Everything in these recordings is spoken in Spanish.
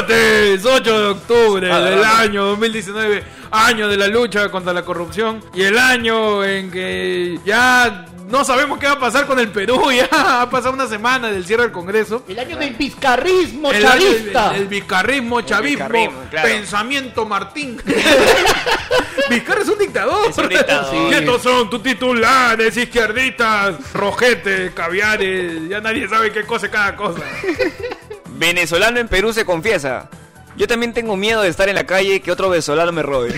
martes 8 de Ah, octubre del año 2019, año de la lucha contra la corrupción y el año en que ya no sabemos qué va a pasar con el Perú, ya ha pasado una semana del cierre del Congreso. El año del vizcarrismo El año del- chavista. del vizcarrismo, chavismo, vizcarrismo, claro. pensamiento Martín. Vizcarra es un dictador. Es un dictador. Y estos son tus titulares, izquierdistas, rojetes, caviares. Ya nadie sabe qué cosa es cada cosa. Venezolano en Perú se confiesa. Yo también tengo miedo de estar en la calle y que otro venezolano me robe.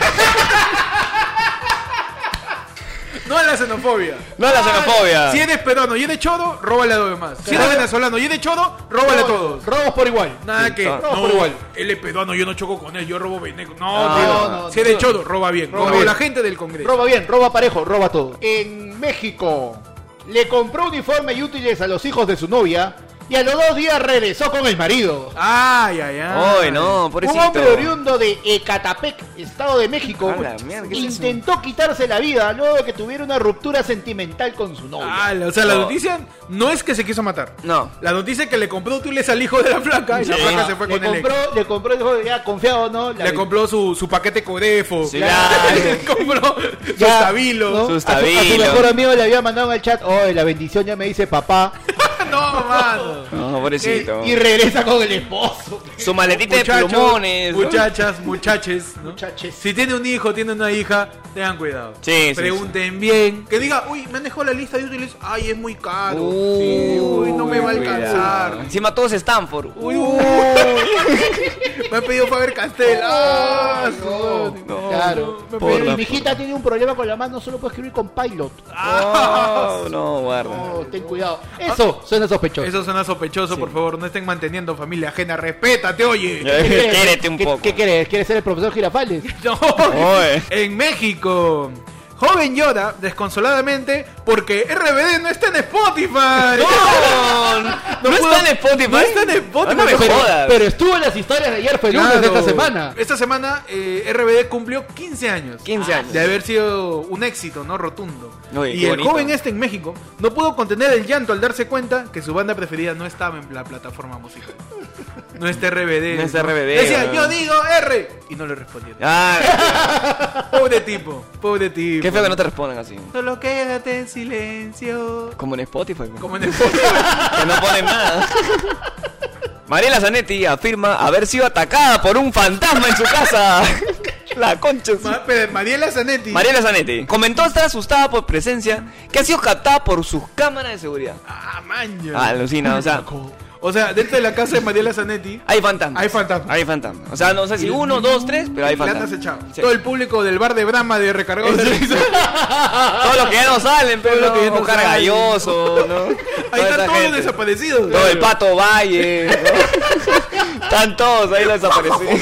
No a la xenofobia. No a la xenofobia. Si eres peruano y eres choro, róbale a los demás. Si eres venezolano y eres choro, róbale a todos. Robos por igual. Nada que. Todos No, por igual. Él es peruano, yo no choco con él, yo robo veneco. No, No, tío. no, si eres no. choro, roba bien. Roba como bien. la gente del Congreso. Roba bien, roba parejo, roba todo. En México le compró uniforme y útiles a los hijos de su novia y a los dos días regresó con el marido. Ay, ay, ay. Ay, no, Un pobrecito. hombre oriundo de Ecatepec, Estado de México, A la mierda, ¿qué es eso? intentó quitarse la vida luego de que tuviera una ruptura sentimental con su novia. Ah, la- o sea, la No. noticia no es que se quiso matar. No. La noticia es que le compró útiles al hijo de la flaca y la Sí. flaca se fue le, con el ex. compró, le compró, dijo, ya confiado, ¿no? La Le vi- compró su, su paquete corefo. Sí, le compró su ya, estabilo. ¿no? Sus A su- a su, tabilos. mejor amigo le había mandado en el chat, oh, la bendición ya me dice papá. no, mano. No, pobrecito. Eh, y regresa con el esposo. Su maletita de Muchachos, plumones. Muchachas, muchaches, ¿no? Muchaches. Si tiene un hijo, tiene una hija, tengan cuidado. Sí, sí, Pregunten bien. Que diga, uy, me han dejado la lista de útiles. Ay, es muy caro. Uh, Sí, uy, no me va a alcanzar. Encima todos Stanford. Uy, uy. me ha pedido Faber Castell. Oh, Ah, su- claro. no, por Pero la- mi hijita tiene un problema con la mano, solo puede escribir con pilot. Ah. No, no, guarda. Oh, ten cuidado. Eso suena sospechoso. Eso suena sospechoso, por favor. No estén manteniendo familia ajena. Respétate, oye. Ya, quieres? Quérete un ¿Qué- poco. ¿Qué quieres? ¿Quieres ser el profesor Girafales? No. Oye. En México. Joven llora desconsoladamente porque RBD no está en Spotify. No, no puedo- está en Spotify. no está en Spotify. Ah, No me pero, jodas. pero estuvo en las historias de ayer, fue el lunes de Claro. esta semana. Esta semana eh, RBD cumplió 15 años. 15 años. De haber sido un éxito, ¿no? Rotundo. Oye, y qué el bonito. joven este en México no pudo contener el llanto al darse cuenta que su banda preferida no estaba en la plataforma musical. No está RBD. No está RBD, Decía, weón. yo digo R. Y no le respondieron. Ah, Pobre tipo. Pobre tipo. qué feo que no te respondan así. Solo quédate en silencio. Como en Spotify. güey. Como en Spotify. Que no ponen nada. Mariela Zanetti afirma haber sido atacada por un fantasma en su casa. La concha. de su- Ma- pero Mariela Zanetti. Mariela Zanetti comentó estar asustada por presencia que ha sido captada por sus cámaras de seguridad. Ah, maño. Alucina, o sea, O sea, dentro de la casa de Mariela Zanetti. hay fantasmas. Hay fantasmas. Hay fantasmas. O sea, no sé si uno, dos, tres, pero hay Plata fantasmas. se echaba. Sí. Todo el público del bar de Brahma de recargado de risa. Todo lo que ya no salen, pero Todo lo que ya no Oscar salen. Galloso, ¿no? Ahí Toda esa están todos los gente. desaparecidos. Todo el Pato Valle. ¿no? Están todos ahí los desaparecidos.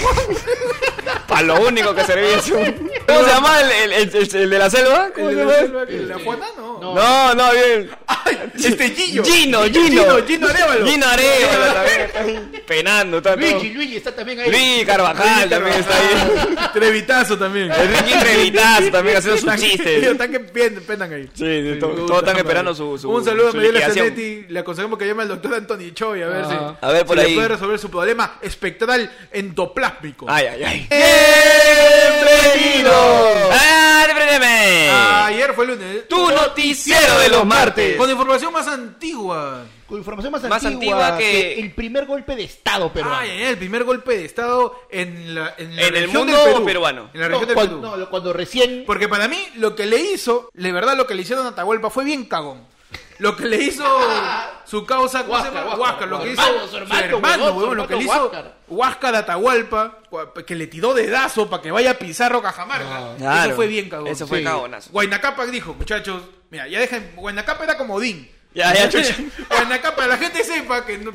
Para lo único que servía eso. ¿Cómo se llama el, el- el- el- el de la selva? ¿Cómo El se de llama? la selva, el de la Juana, no. No, no, bien. Este Gillo. Gino, Gino. Gino, Gino Arévalo. Gino Arevalo también. Penando, está todo. Luigi, Luigi está también ahí. Luis Carvajal Ah, también está ahí. Trevitazo también. Enrique Trevitazo también haciendo sus Están- ellos chistes. Están que pen- penan ahí. Sí, sí, to- puta todos están madre. esperando su- su- Un saludo a su Mariela liquidación. Zanetti. Le aconsejamos que llame al doctor Anthony Choi a ver Ah. si, A ver, por si ahí. le puede resolver su problema espectral endoplásmico. Ay, ay, ay. ¡Bienvenidos! ¡Bienvenidos! Ayer fue lunes. ¿eh? Tu noticiero de los martes. Con información más antigua. Con información más, Más antigua, antigua que- el primer golpe de Estado peruano. Ay, eh, ay, el primer golpe de Estado en, la, en, la En el región mundo del Perú. peruano. En la No, región del cuando, Perú. no, lo- cuando recién Porque para mí, lo que le hizo, de verdad, lo que le hicieron a Atahualpa fue bien cagón. Lo que le hizo su causa, ¿cómo se Huáscar, llama? Huáscar, Huáscar, lo su que hermano, hizo su hermano, huevón, su huevón, lo que le hizo hermano Huáscar. Huáscar a Atahualpa, cua- que le tiró dedazo para que vaya a Pizarro Cajamarca. Eso Ah, Claro. fue bien cagón. Eso fue Sí. cagonazo. Guaynacapa dijo, muchachos, mira, ya dejen, Guaynacapa era como Odín. Ya, ya, chucha. Guaynacapa, la gente sepa que no-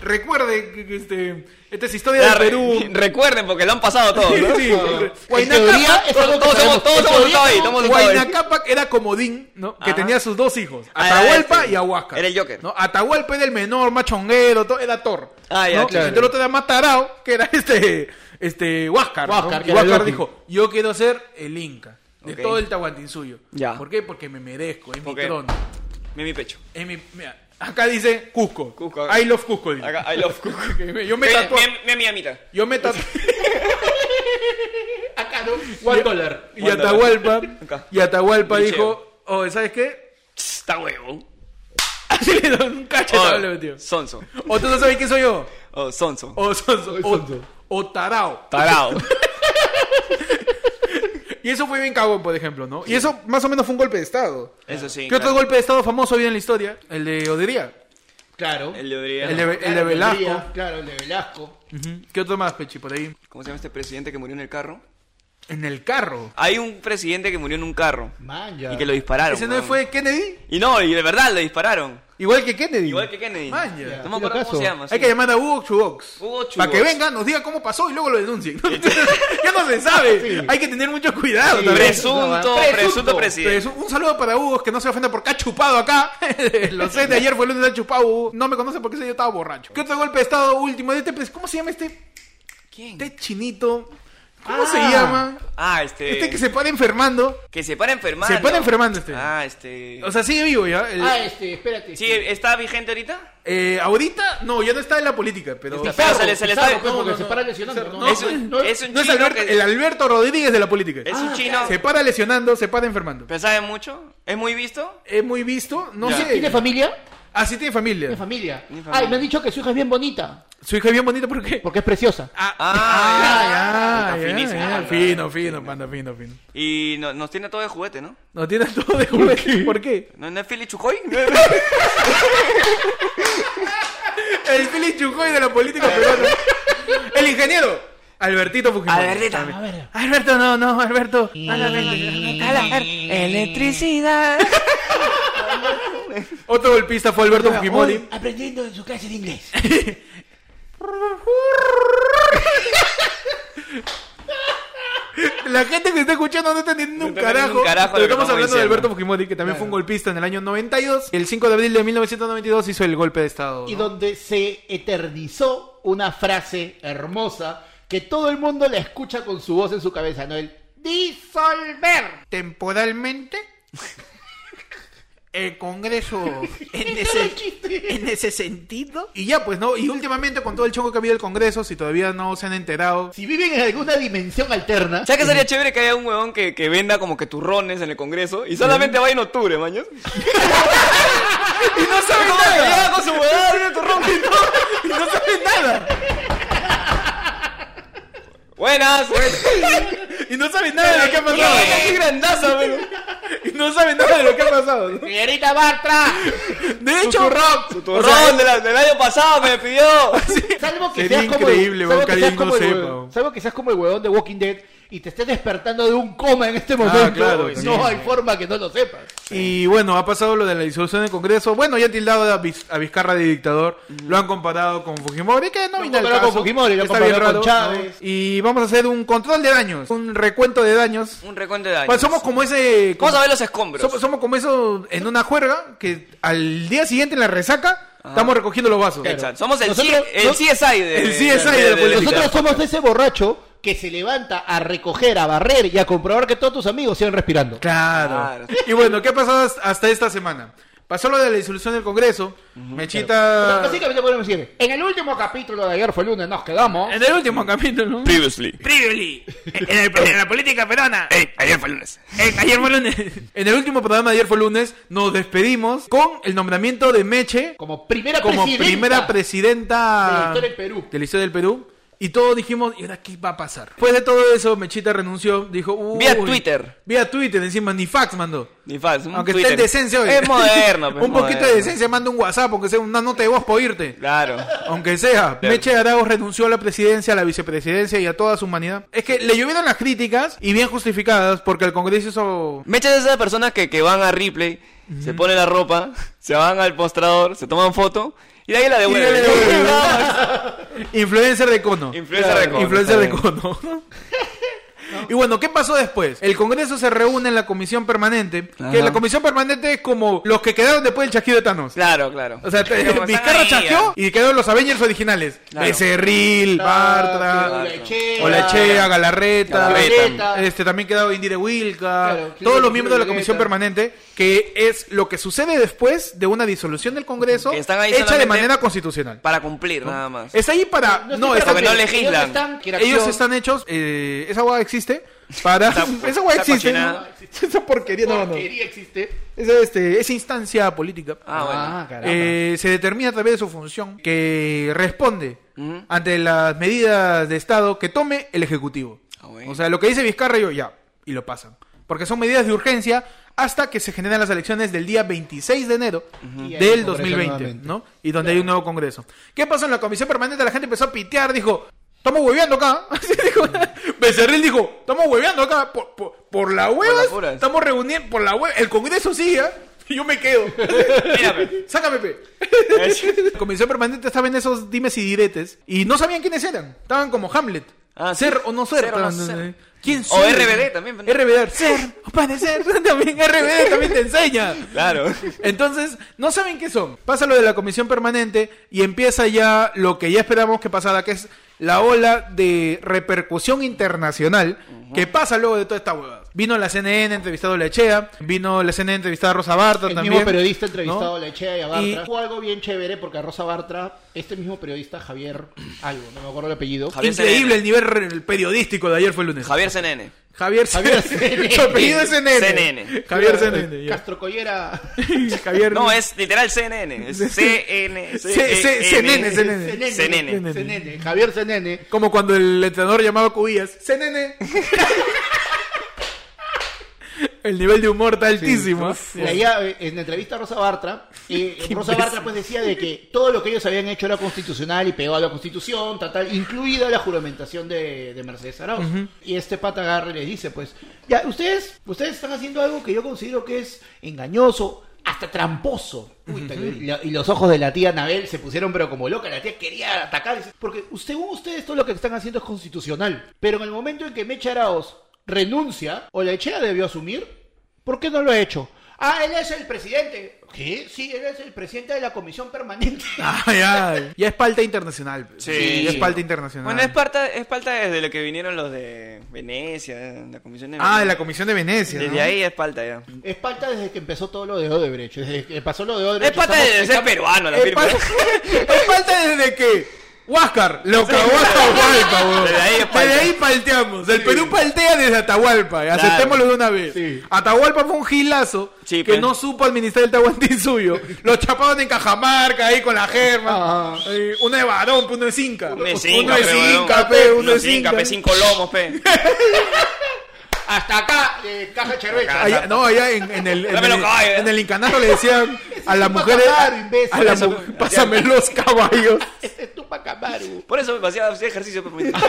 recuerde que, que este, esta es historia Ya, del re- Perú. Recuerden porque lo han pasado todo. ¿no? Sí, en Guaynacapa- teoría es algo que Todos somos, sabemos. todos En somos teoría todos ahí, no. somos todos ahí. Huaynacapac era comodín, ¿no? Que Ajá. tenía sus dos hijos, Ah, era Atahualpa este. y Ahuasca. Era el Joker. ¿no? Atahualpa era el menor, machonguero, todo, era Thor. Ah, ya, ¿no? claro. Entre el otro era Matarao, que era este, este Huáscar. ¿no? Huáscar, que Y era el Huáscar Loki. dijo, yo quiero ser el Inca. De Ok. todo el Tahuantinsuyo. Ya. ¿Por qué? Porque me merezco, es mi Ok. trono. Mira mi pecho. Es mi- mira, Acá dice Cusco. Cusco. I love Cusco. dice. Acá, I love Cusco. Que me- Yo me tatué. Mi amiguita. Yo me tatué. Acá, ¿no? One dólar. Y Atahualpa. Acá. Y Atahualpa Licheo. dijo: Oh, ¿sabes qué? Está huevo. Así le doy un cachetado Oh. le metió. Sonso. O tú no sabes quién soy yo. Oh, sonso. O Sonso. Soy O, Sonso. o Tarao. Tarao. Y eso fue bien cagón, por ejemplo, ¿no? Y eso más o menos fue un golpe de Estado. Eso pues sí. ¿Qué otro golpe de Estado famoso había en la historia? El de Odería. Claro. El de Odría. El de, el de Claro, Velasco. Odría, Claro, el de Velasco. Ujú. ¿Qué otro más, Pechi, por ahí? ¿Cómo se llama este presidente que murió en el carro? En el carro. Hay un presidente que murió en un carro. Man, ya. Y que lo dispararon. ¿Ese no weón. fue Kennedy? Y no, y de verdad le dispararon. Igual que Kennedy. Igual que Kennedy. Maña. No me Tiro acuerdo caso. cómo se llama. Hay sí. que llamar a Hugo Chubox. Hugo Para que Chubox. venga, nos diga cómo pasó y luego lo denuncien. ya no se sabe. Sí. Hay que tener mucho cuidado. Sí. también. Presunto, Presunto. presunto presidente. Pues, un saludo para Hugo, que no se ofenda porque ha chupado acá. lo sé, de ayer fue el lunes, ha chupado Hugo. No me conoce porque ese día estaba borracho. ¿Qué otro golpe de estado último? de este pres- ¿Cómo se llama este? ¿Quién? Este chinito. ¿Cómo Ah. se llama? Ah, este. Este que se para enfermando. que se para enfermando. Se para enfermando este. Ah, este. O sea, sigue vivo ya. El- Ah, este, espérate. ¿Sí, ¿Está vigente ahorita? eh, ahorita, no, ya no está en la política, pero... Está- Pero se le- se le Pizarro, está- pues, no, porque no, se no. para lesionando. Pizarro, ¿no? no, es, un, No, es un No es chino Alberto- que- el Alberto Rodríguez de la política. Es un chino. Ah, Se para lesionando, se para enfermando. ¿Pero sabe mucho? ¿Es muy visto? Es muy visto, no Ya. sé. ¿Tiene familia? Así tiene Tiene familia. familia. Tiene familia. Ay, me han dicho que su hija es bien bonita. Su hija es bien bonita, ¿por qué? Porque es preciosa. Ah, Ah, ah, ya. ya, Está ya, finísimo. ya. Ah, Fino, fino, panda, fino, fino. Y no- nos tiene todo de juguete, ¿no? No tiene todo de juguete. ¿Por qué? ¿No, no es Philly Chujoy? El Philip Chucoy de la política peruana. El ingeniero. Albertito Fujimori. Albertito. También. A ver. Alberto, no, no, Alberto. Electricidad. Otro golpista fue Alberto Fujimori. Hoy, aprendiendo en su clase de inglés. La gente que está escuchando no está entendiendo un No está entendiendo carajo. un carajo Pero de lo estamos que estamos hablando de diciendo. Alberto Fujimori, que también fue un golpista en el año 92. El 5 de abril de 1992 hizo el golpe de Estado. y ¿no? donde se eternizó una frase hermosa que todo el mundo la escucha con su voz en su cabeza, ¿no? El disolver. Temporalmente, el Congreso en Ese era el chiste. en ese sentido. Y ya, pues, ¿no? Y últimamente con todo el chongo que ha habido el Congreso, si todavía no se han enterado. Si viven en alguna dimensión alterna, ¿Sabes que sería chévere que haya un huevón que, que venda como que turrones en el Congreso y solamente vaya en octubre, maños? Y no saben ¿Cómo que nada. llega con su huevada de turrón? Y no saben nada. Buenas. pues. Y no saben nada de lo que ha pasado. Qué grandaza, pero. Y no saben nada de lo que ha pasado. ¿no? señorita Bartra, De hecho, Su O sea, turrón de la- del año pasado me pidió. salvo que Sería seas como increíble, el, weón, que salvo que seas alguien como no el sepa, huevón- weón. salvo que seas como el huevón de Walking Dead y te estés despertando de un coma en este momento, Ah, claro, también. no hay forma que no lo sepas. Y bueno, ha pasado lo de la disolución del Congreso. Bueno, ya han tildado a, Viz- a Vizcarra de dictador. Lo han comparado con Fujimori, que no Lo viene al comparó con caso. Fujimori, lo Está comparó bien con raro, ¿no? Chávez. Y vamos a hacer un control de daños, un recuento de daños. Un recuento de daños. Pues somos como ese. Vamos a ver los escombros. Somos, somos como eso en una juerga que al día siguiente en la resaca estamos recogiendo los vasos. Exacto. Somos el, Nosotros- C- el no- CSI de, El CSI de la política. Nosotros somos ese borracho que se levanta a recoger, a barrer y a comprobar que todos tus amigos sigan respirando. Claro. Claro. Y bueno, ¿qué ha pasado hasta- hasta esta semana? Pasó lo de la disolución del Congreso. Pero Mechita. Básicamente podemos decir, en el último capítulo de ayer fue lunes, nos quedamos. En el último capítulo. Previously. Previously. En, la política peruana. ayer fue lunes. ayer fue lunes. En el último programa de ayer fue lunes, nos despedimos con el nombramiento de Meche Como primera como presidenta. primera Ah. presidenta De la historia del Perú. de la historia del Perú. Y todos dijimos, ¿y ahora qué va a pasar? Después de todo eso, Mechita renunció, dijo... uy, Vía Twitter. Vía Twitter, encima, ni fax mandó. Ni falso. un Aunque Twitter. esté en decencia hoy. Es moderno, un pues, poquito de moderno. decencia, manda un WhatsApp, aunque sea una nota de voz para oírte. Claro. Aunque sea, Meche Arauz renunció a la presidencia, a la vicepresidencia y a toda su humanidad. Es que le llovieron las críticas, y bien justificadas, porque el Congreso hizo... Mecha es esas personas que, que van a Ripley, se ponen la ropa, se van al postrador, se toman foto y de ahí la Y de devuelven. ahí la devuelven. Influencer de cono. Influencer de cono, Influencer de está cono. Y bueno, ¿qué pasó después? El Congreso se reúne en la comisión permanente, Ajá. que la comisión permanente es como los que quedaron después del chasquido de Thanos. Claro, claro. O sea, te- Como, Vizcarra "Ay, chasqueó y quedaron los Avengers originales. Claro. Becerril, Bartra, Olechea. Olechea, Galarreta, Galarreta. este también quedaba Indire Wilca, Claro, todos Indira los miembros de la Wilca. comisión permanente, que es lo que sucede después de una disolución del Congreso Que están ahí hecha de solamente- manera constitucional. Para cumplir, nada más. Es ahí para. Ah, No, estoy está- porque no perdiendo. legislan. Ellos están, que era ellos acción. están hechos. eh, esa hueá existe. Para. Esa- esa hueá esa existe. cochinada. ¿no? Esa porquería, no, no. Porquería existe. Esa, este, esa instancia política. Ah, bueno. Ah, caramba. eh, se determina a través de su función que responde Ujú. ante las medidas de Estado que tome el Ejecutivo. Ah, bueno. O sea, lo que dice Vizcarra, yo ya, y lo pasan. Porque son medidas de urgencia hasta que se generan las elecciones del día 26 de enero Y ahí del el Congreso 2020, nuevamente. ¿no? Y donde hay un nuevo Congreso. ¿Qué pasó en la Comisión Permanente? La gente empezó a pitear, dijo, estamos hueveando acá. Así dijo. Mm. Becerril dijo, estamos hueveando acá, por, por, por la hueva, las puras. estamos reuniendo, por la hueva, el Congreso sigue, ¿ah? y yo me quedo. Ah, Mírame. Sácame, pe. La Comisión permanente estaba en esos dimes y diretes y no sabían quiénes eran. Estaban como Hamlet. Ah, sí. ser o no ser. Ser o no Estaban- ser. ¿Quién O soy? RBD también, pendejo. RBD, ser o parecer. También RBD también te enseña. Claro. Entonces, no saben qué son. Pasa lo de la comisión permanente y empieza ya lo que ya esperamos que pasara, que es la ola de repercusión internacional que pasa luego de toda esta huevada. Vino la CNN entrevistado a Lechea, vino la CNN entrevistada a Rosa Barta El también. mismo periodista ¿no? entrevistado a Lechea y a Bartra. Y- Fue algo bien chévere porque a Rosa Bartra, este mismo periodista, Javier, algo, no me acuerdo el apellido. Javier Increíble el nivel re- periodístico de ayer fue el lunes. Javier CNN. Javier, Javier CNN. CNN. Su apellido es CNN. CNN. Javier Claro, CNN. ya. Castro Collera. Javier No, es literal CNN. Es C- CNN. C- CNN, CNN. CNN. Zenene, Javier Zenene. Como cuando el entrenador llamaba a Cubillas. CNN. el nivel de humor está altísimo. Leía, eh, en la entrevista a Rosa Bartra, eh, Rosa Bartra pues decía de que todo lo que ellos habían hecho era constitucional y pegado a la constitución, tal, tal, incluida la juramentación de, de Mercedes Arauz. Y este pata agarra y le dice, pues, ya, ustedes, ustedes están haciendo algo que yo considero que es engañoso, hasta tramposo. Uy, tal- y, la- y los ojos de la tía Anabel se pusieron pero como loca, la tía quería atacar. dice, Porque según ustedes todo lo que están haciendo es constitucional. Pero en el momento en que Mecha Arauz renuncia, o la echea debió asumir, ¿Por qué no lo ha hecho? Ah, él es el presidente. ¿Qué? Sí, él es el presidente de la comisión permanente. Ay, ay. Ya es palta internacional. Sí. Ya es palta internacional. Bueno, es falta, es falta desde lo que vinieron los de Venecia, de la Comisión de Ah, de la Venecia. Comisión de Venecia. Desde ¿no? ahí es falta ya. Es falta desde que empezó todo lo de Odebrecht. Desde que pasó lo de Es Odebrecht. falta estamos- de ser peruano la Es firma. falta, es falta desde que Huáscar lo cagó a Atahualpa, weón. Desde ahí es palta. Desde ahí palteamos. El Perú paltea desde Atahualpa. Aceptémoslo de una vez. Sí. Atahualpa fue un gilazo Sí, que pe. no supo administrar el Tahuantín suyo. Lo chapaban en Cajamarca ahí con la germa. Ah. Eh, uno de varón, pe, uno de cinca. Uno es cinco, Uno de pe, weón. cinca, pe, uno Uno de es cinco, cinca. pe, cinco lomos, pe. Hasta acá, eh, caja Chervecha. Allá- no, allá en, en el, en, Dámelo, el, caballo, eh. en el incanato le decían a las un mujeres, pajar, imbécil. a la Eso, mu- pásame los caballos. Este es Tupac Amaru. Por eso me hacía hacía ejercicio, pe. Ah.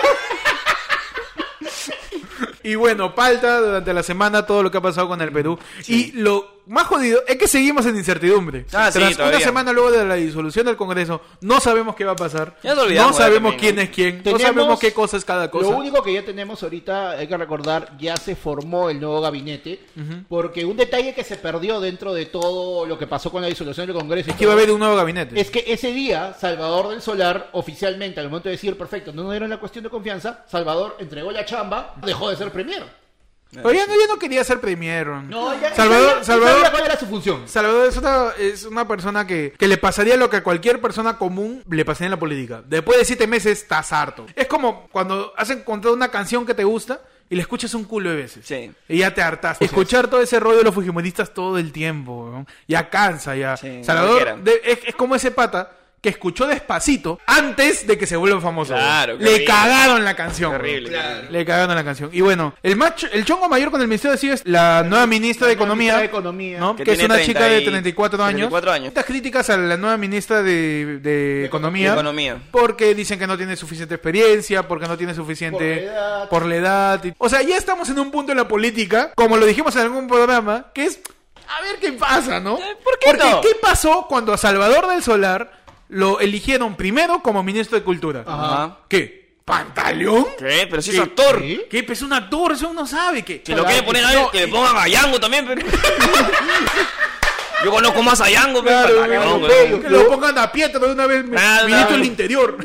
Y bueno, palta durante la semana todo lo que ha pasado con el Mm, Perú. Y lo más jodido es que seguimos en incertidumbre. Ah, sí, Tras una todavía. semana luego de la disolución del Congreso, no sabemos qué va a pasar. Ya nos no olvidamos sabemos ya quién también, es quién. Tenemos- No sabemos qué cosa es cada cosa. Lo único que ya tenemos ahorita, hay que recordar, ya se formó el nuevo gabinete. Porque un detalle que se perdió dentro de todo lo que pasó con la disolución del Congreso. y es que va a todo, haber un nuevo gabinete. Es que ese día, Salvador del Solar, oficialmente, al momento de decir, perfecto, no nos dieron la cuestión de confianza, Salvador entregó la chamba, dejó de ser premier. Eh, Pero ya, no- ya no quería ser premier. No, ya- Salvador, ya- ya sabía Salvador, ¿Cuál era su función? Salvador es una, es una persona que, que le pasaría lo que a cualquier persona común le pasaría en la política. Después de siete meses estás harto. Es como cuando has encontrado una canción que te gusta y la escuchas un culo de veces. Sí. Y ya te hartaste. Escuchar todo ese rollo de los fujimoristas todo el tiempo, weón. Ya cansa, ya. Sí, Salvador cualquiera. de- es, es como ese pata que escuchó despacito antes de que se vuelva famoso. weón. Claro, qué Le horrible. cagaron la canción. weón. Terrible. Le cagaron la canción. Y bueno, el macho, el chongo mayor con el Ministerio de Sigue es la nueva ministra de nueva Economía. ministra de Economía. ¿no? Que, Que es tiene una chica de 30 y- 34 años. 34 años. Estas críticas a la nueva ministra de, de Economía. Economía. Porque dicen que no tiene suficiente experiencia, porque no tiene suficiente. Por la edad. por la edad y- O sea, ya estamos en un punto en la política, como lo dijimos en algún programa, que es. A ver qué pasa, ¿no? Eh, ¿por qué Porque, no? ¿qué pasó Ah. cuando a Salvador del Solar lo eligieron primero como ministro de Cultura? Ajá. ¿Qué? ¿Pantaleón? ¿Qué? Ah. Pero si es actor. ¿Qué? ¿Qué? Pues es un actor, eso uno sabe que. Si lo quiere poner a él, que le pongan a Yango también, pero. Yo conozco más a Yango, pero. Claro, para- no, que pero- que lo pongan a Pietro de una vez, Nada, ministro nada. del interior.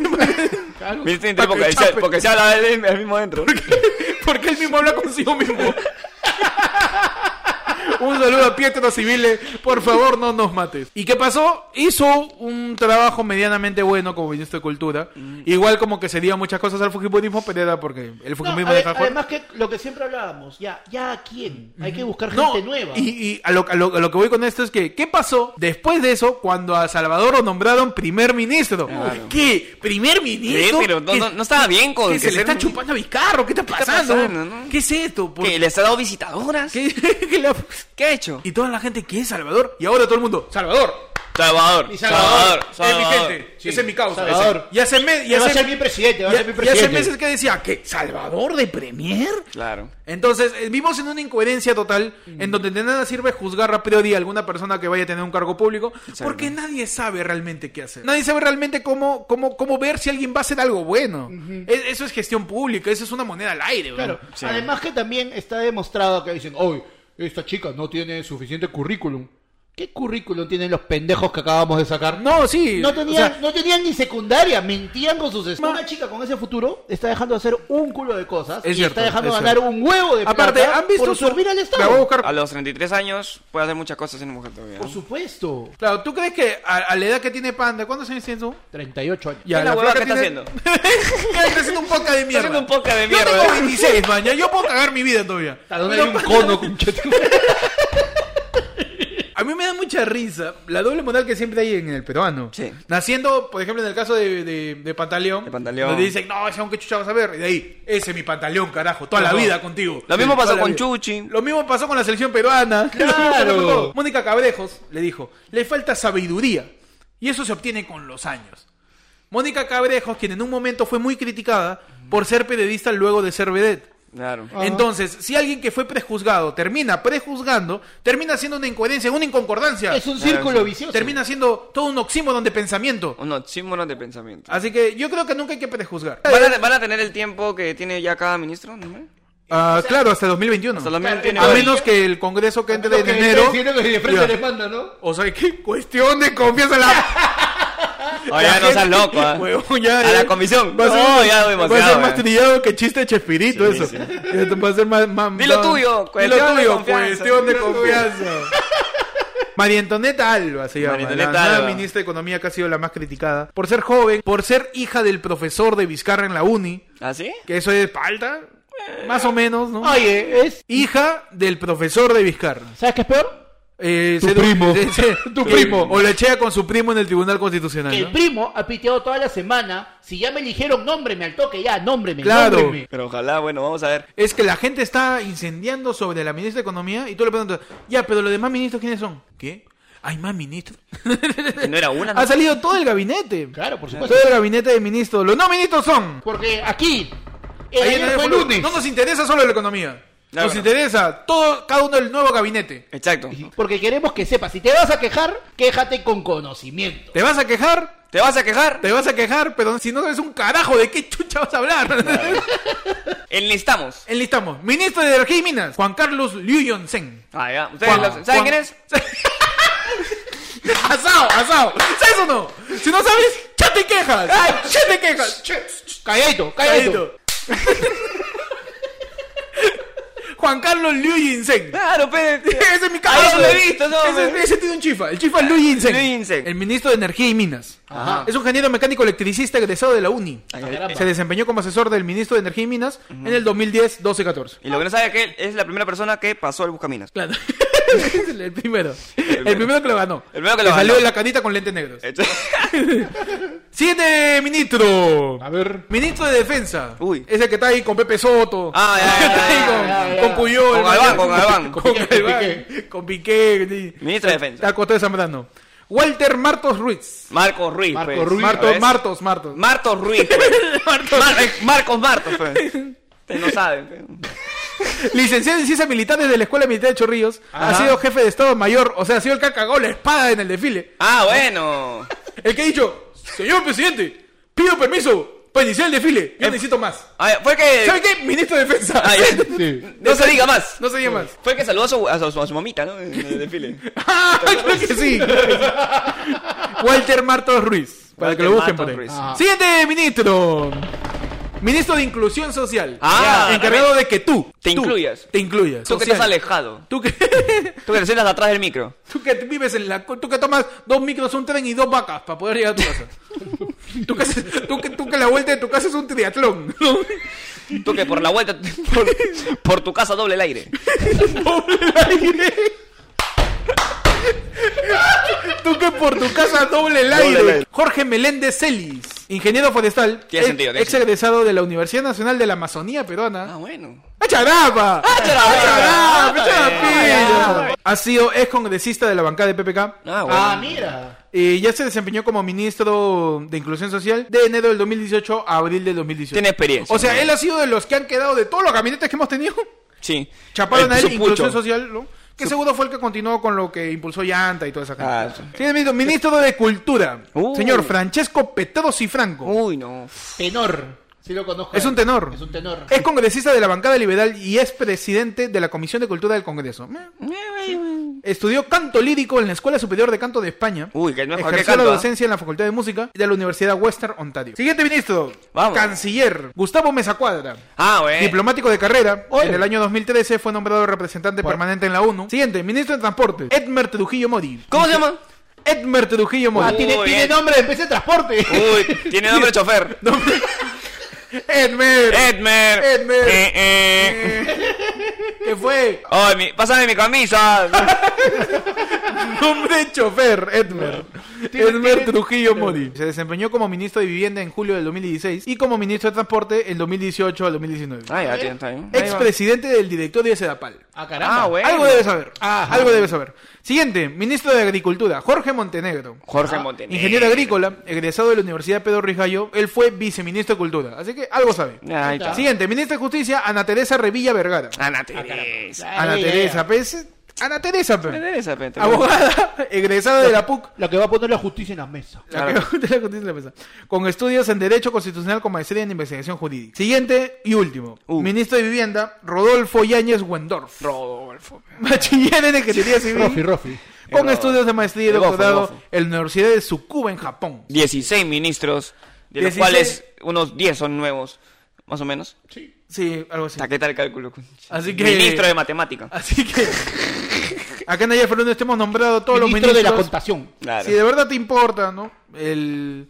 Claro. Viste, entré porque, Chape. porque se habla de él él mismo dentro. Porque él mismo habla consigo mismo. Un saludo a Pietro Civiles, por favor no nos mates. ¿Y qué pasó? Hizo un trabajo medianamente bueno como ministro de Cultura. Mm. Igual como que se dio muchas cosas al Fujimorismo, pero era porque el No, Fujimorismo ade- deja jugar. además que lo que siempre hablábamos, ya, ya a quién, hay que buscar No, gente nueva. y, y a, lo, a lo- a lo que voy con esto es que, ¿qué pasó después de eso cuando a Salvador lo nombraron primer ministro? ¿Qué? ¿Primer Sí, ministro? pero no, ¿Qué- no, no estaba bien con. que se le ser está un- chupando a Vizcarro, ¿qué está está pasando? pasando, no? ¿Qué es esto? ¿Por Que le está dando visitadoras. ¿Qué, qué? ¿Qué la- ha hecho? Y toda la gente, ¿qué es Salvador? Y ahora todo el mundo, Salvador, Salvador. Mi Salvador. Salvador, es mi Salvador. gente, ese es mi causa. Salvador. Y hace, me- y Ya va a ser hace, mi presidente, va a y- ser mi y hace presidente. meses que decía, ¿qué? ¿Salvador de Premier? Claro. Entonces, eh, vivimos en una incoherencia total, en donde de nada sirve juzgar a priori a alguna persona que vaya a tener un cargo público, porque nadie sabe realmente qué hacer. Nadie sabe realmente cómo, cómo, cómo ver si alguien va a hacer algo bueno. Es- eso es gestión pública, eso es una moneda al aire, bro. Claro. Además que también está demostrado que dicen, hoy esta chica no tiene suficiente currículum. ¿Qué currículum tienen los pendejos que acabamos de sacar? No, sí. No o tenían, sea, no tenían ni secundaria, mentían con sus estudios. Ma- Una chica con ese futuro está dejando de hacer un culo de cosas Es y cierto, está dejando es ganar cierto. un huevo de aparte, plata ¿han visto por su- servir al La voy a Estado. buscar. A los 33 años puede hacer muchas cosas siendo mujer todavía. ¿no? Por supuesto. Claro, ¿tú crees que a, a la edad que tiene Panda, ¿cuántos años tienes tú? 38 años. Ya, ¿Qué la hueva huevada que está haciendo? está haciendo un poca de mierda. haciendo un podcast de Yo mierda. tengo 26, maña. Yo puedo cagar mi vida todavía. ¿A dónde Pero hay un Panda- cono, conchetum- A mí me da mucha risa la doble moral que siempre hay en el peruano. Sí. Naciendo, por ejemplo, en el caso de, de, de Pantaleón. De Pantaleón. Donde dicen, no, ese aunque chucha vas a ver. Y de ahí, ese es mi Pantaleón, carajo. Toda la Ajá. vida contigo. Lo mismo Toda pasó la con vida. Chuchi. Lo mismo pasó con la selección peruana. Lo mismo pasó con todo. Mónica Cabrejos le dijo, le falta sabiduría. Y eso se obtiene con los años. Mónica Cabrejos, quien en un momento fue muy criticada por ser periodista luego de ser vedette. Claro. Entonces, si alguien que fue prejuzgado termina prejuzgando, termina siendo una incoherencia, una inconcordancia. Es un círculo sí. vicioso. Termina siendo todo un oxímoron de pensamiento. Un oxímoron de pensamiento. Así que yo creo que nunca hay que prejuzgar. ¿Van a, van a tener el tiempo que tiene ya cada ministro? ¿no? Ah, claro, hasta 2021. Hasta los mil tiene A hoy. menos que el Congreso que entre Lo en que enero. estoy diciendo que de frente Ya. les manda, ¿no? O sea, qué cuestión de confianza la. Oye, la ya no seas gente- loco, ¿ah? Huevón, ya, A ya. la comisión. Va a ser, No, ya va a ser demasiado. más eh. trillado que chiste de Chespirito, eso. Esto Va a ser más. más- Dilo más- tuyo, Dilo cuestión de tuyo, confianza. cuestión de Dilo tuyo. confianza. María Antonieta Alba se llama. María Antonieta la nueva Alba. ministra de Economía que ha sido la más criticada. Por ser joven, por ser hija del profesor de Vizcarra en la uni. ¿Ah, sí? Que eso es falta. Más o menos, ¿no? Oye, es... Hija del profesor de Vizcarra. ¿Sabes qué es peor? Eh, Tu se- primo. se- se- Tu que- primo. O le chea con su primo en el Tribunal Constitucional. Que Ah, ¿no? el primo ha piteado toda la semana. Si ya me eligieron, nómbreme al toque, ya, nómbreme. Claro. nómbreme. Pero ojalá, bueno, vamos a ver. Es que la gente está incendiando sobre la ministra de Economía y tú le preguntas, ya, pero los demás ministros, ¿quiénes son? ¿Qué? ¿Hay más ministros? Que no era una. ¿no? ha salido todo el gabinete. Claro, por supuesto. Todo el gabinete de ministros. Los no ministros son. Porque aquí, el Ahí en ayer el fue foro. lunes. No nos interesa solo la economía. Claro. Nos interesa todo, cada uno del nuevo gabinete. Exacto. Porque queremos que sepas, si te vas a quejar, quéjate con conocimiento. ¿Te vas a quejar? ¿Te vas a quejar? Te vas a quejar, pero si no sabes un carajo de qué chucha vas a hablar. Enlistamos. Enlistamos. Ministro de Energía y Minas, Juan Carlos Liu Yonsen. Ah, ya. ¿Ustedes Juan- lo- ¿Saben Juan- quién es? Asado, asado. ¿Sabes o no? Si no sabes, ya te quejas. ya te quejas. Calladito, calladito. Calladito. Juan Carlos Liu Yinsen. Claro, pe. Ese es mi Ah, cabrón. eso lo he visto, eso, ese, pe. ese tiene un chifa. El chifa es Liu Yinsen. Liu Yinsen. El ministro de Energía y Minas. Ajá. Es un ingeniero mecánico electricista egresado de la UNI. Ay, Ah, caramba. Se desempeñó como asesor del ministro de Energía y Minas en el 2010-12-14. Y lo que no sabe es que él es la primera persona que pasó el Buscaminas. Claro. el, el primero. El primero que lo ganó. El primero que lo salió ganó. de la canita con lentes negros. Entonces- Siguiente ministro. A ver. Ministro de Defensa. Uy. Es el que está ahí con Pepe Soto. Ah, ya, ya, Que está ya, ahí con- ya, ya, Con ya. Puyol. Con Galván, con Galván. Con Con Galván, Piqué. Con Piqué. sí. Ministro de Defensa. Está Costó de Zambrano. Walter Martos Ruiz. Marco Ruiz. Marco pues. Ruiz. A Martos, ver. Martos, Martos. Marto Ruiz. pues. Mar- eh, Marcos Martos, pues. Ustedes no saben. pues. Licenciado en Ciencias Militares de la Escuela Militar de Chorrillos. Ha Ajá. sido jefe de Estado Mayor. O sea, ha sido el que ha cagado la espada en el desfile. Ah, bueno. El que ha dicho, señor presidente, pido permiso Oye, inició el desfile. Yo necesito más. Ah, fue que. ¿Sabes qué? Ministro de Defensa. Ah, ya. No se diga más. No se diga más. Fue que saludó a su, a su, a su mamita, ¿no? En el desfile. ¡Ah! Creo que sí. creo que sí. Walter Martos Ruiz. Para que lo Walter busquen Martos por ahí. Ruiz. Ah. Siguiente ministro. Ministro de Inclusión Social. Ah, Ya, encargado de que tú. Te tú, incluyas. Te incluyas. Tú que social. estás alejado. Tú que, Tú que te sientas atrás del micro. tú que vives en la. co- Tú que tomas dos micros, un tren y dos vacas para poder llegar a tu casa. tú, que, haces- tú, que, tú que la vuelta de tu casa es un triatlón. ¿no? Tú que por la vuelta. Por, por tu casa doble el aire. Tú que por tu casa doble el Doble aire. el aire. Jorge Meléndez Celis, ingeniero forestal, Tiene ex- sentido, tiene ex egresado de la Universidad Nacional de la Amazonía Ah, Peruana. bueno. ¡Acharapa! charapa! ¡Acharapa! Ah, ¡Acharapa! Ha sido ex congresista de la bancada de PPK. Ah, bueno. Ah, mira. Y Eh, ya se desempeñó como ministro de Inclusión Social de enero del 2018 a abril del 2018. Tiene experiencia. O sea, él ha sido de los que han quedado de todos los gabinetes que hemos tenido. Sí. Chaparon Eh, a él su Inclusión pucho. Social, ¿no? Que seguro fue el que continuó con lo que impulsó Llanta y toda esa gente. Ah, sí. Tiene ministro, ministro de Cultura, Uh. señor Francesco Petrosi Franco. Uy, no. Tenor. Sí lo conozco. Es un tenor. Es un tenor. Es congresista de la bancada liberal y es presidente de la Comisión de Cultura del Congreso. Eh. Estudió canto lírico en la Escuela Superior de Canto de España. Uy, que no es cualquier Ejerció la canto, ¿ah? docencia en la Facultad de Música de la Universidad Western Ontario. Siguiente ministro. Vamos. Canciller. Gustavo Mesa Cuadra. Ah, bueno. Diplomático de carrera, en el año 2013 fue nombrado representante permanente en la ONU. Siguiente, ministro de Transporte, Edmer Trujillo Mori. ¿Cómo se llama? Edmer Trujillo Ah, Mori. tiene, Uy, tiene eh. nombre de empresa de transporte. Uy, tiene nombre de chofer. Edmer, Eh. Edmer. Edmer. Eh, eh. que fue Ay, mi- pásame mi camisa. nombre de chofer, Edmer. Tiene- Edmer tiene- Trujillo Mori. Se desempeñó como ministro de Vivienda en julio del 2016 y como ministro de Transporte en 2018 al 2019. Ah, ya, tiene, está bien. Ahí va. Expresidente del directorio de Sedapal. Ah, Ah, caramba. bueno. Algo debe saber. Algo debe saber. Siguiente, ministro de Agricultura, Jorge Montenegro. Jorge Montenegro. Ingeniero agrícola, egresado de la Universidad Pedro Rigallo, él fue viceministro de Cultura, así que algo sabe. Ahí está. Siguiente, ministra de Justicia, Ana Teresa Revilla Vergara. Ana Ah, Teresa. Ana ya, ya, Teresa, ya. pues. Ana Teresa, Ana pues. Teresa, pe, te- Abogada, egresada de la PUC. La que va a poner la justicia en la mesa. La que- de la Justicia de la Mesa. Con estudios en Derecho Constitucional con maestría en Investigación Jurídica. Siguiente y último. Uh. Ministro de Vivienda, Rodolfo Yáñez Wendorf. Rodolfo. Bachiller en Ingeniería Civil. Rofi, Rofi. Con Rodolfo. estudios de maestría y El gofo, doctorado el gofo. en la Universidad de Tsukuba en Japón. 16 ministros, de 16. los cuales unos 10 son nuevos, más o menos. Sí, algo así. ¿Está qué tal el cálculo? Así que- Ministro de Matemática. Así que acá en Ayer Fernández te hemos nombrado todos Ministro los de la ministros. contación. Claro. Si de verdad te importa, ¿no? El,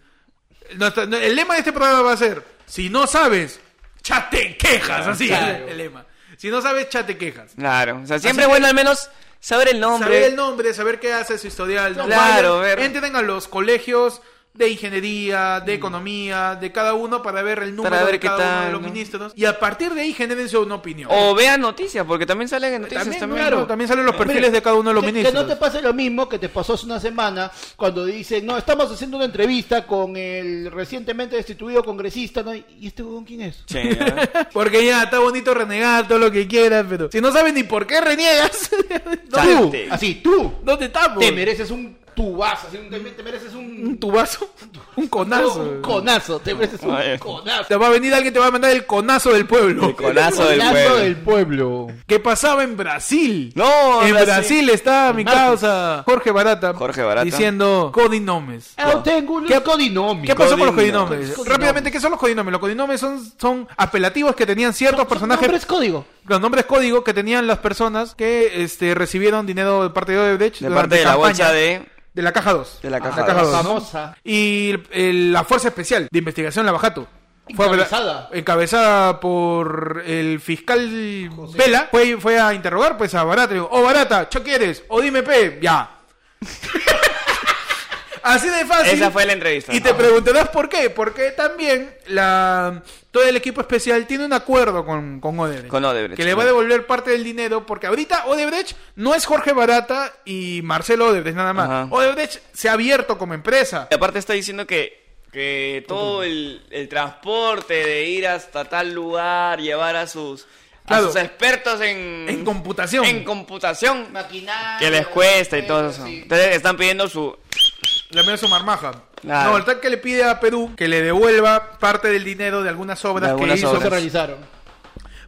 el- nuestra- el lema de este programa va a ser: si no sabes, chate quejas. Así es Claro. el lema. Si no sabes, chate quejas. Claro. O sea, siempre es bueno al menos saber el nombre. Saber el nombre, saber qué hace su historial. ¿no? Claro, Vayan, ver. Entren a los colegios de ingeniería, de economía, de cada uno para ver el número Para ver de qué cada uno de tal, los ¿no? ministros. Y a partir de ahí generen su opinión. O vean noticias, porque también salen en noticias también, también. claro, también salen los perfiles de cada uno de los Que- ministros. Que no te pase lo mismo que te pasó hace una semana cuando dicen, no, estamos haciendo una entrevista con el recientemente destituido congresista, ¿no? ¿Y este huevón quién es? Sí, ¿eh? ya. Porque ya está bonito renegar todo lo que quieras, pero si no sabes ni por qué reniegas, ¿dónde, Tú, Chante. así, tú. dónde estamos? Te mereces un tubazo, así, un- te te mereces un un... tubazo, Ah, un conazo. Un conazo, te mereces un Ay. Te conazo. va a venir alguien te va a mandar el conazo del pueblo. El conazo del Conazo pueblo. del pueblo. ¿Qué pasaba en Brasil? No, en Brasil, está mi Martes. causa Jorge Barata, Jorge Barata. diciendo codinomes. Yo tengo un Ah, ¿Qué- codinomen. ¿Qué pasó con los Codinomes. codinomes? Codinomes. Rápidamente, ¿qué son los codinomes? Los codinomes son, son apelativos que tenían ciertos personajes Nombre es código. los nombres código que tenían las personas que este, recibieron dinero de parte de Odebrecht De durante parte de la campaña bolsa de. de la caja 2. De la caja dos. dos, ¿no? Famosa. Y el- el- la Fuerza Especial de Investigación, la Bajato. Encabezada. encabezada por el fiscal Vela. Fue, fue a interrogar pues a Barata. Le dijo, oh, Barata, ¿qué quieres? O dime P. Ya. Así de fácil. Esa fue la entrevista. Y te preguntarás por qué. Porque también la, todo el equipo especial tiene un acuerdo con, con Odebrecht. Con Odebrecht, Que le va a claro. devolver parte del dinero. Porque ahorita Odebrecht no es Jorge Barata y Marcelo Odebrecht nada más. Ajá. Odebrecht se ha abierto como empresa. Y aparte está diciendo que, que todo el, el transporte de ir hasta tal lugar, llevar a sus, Claro. a sus expertos en, En computación. en computación, Maquinaria. eh, que les cuesta y todo eso. sí. Entonces están pidiendo su... La mía su marmaja. Claro. No, el TAC que le pide a Perú que le devuelva parte del dinero de algunas obras De algunas que hizo No se obras. realizaron.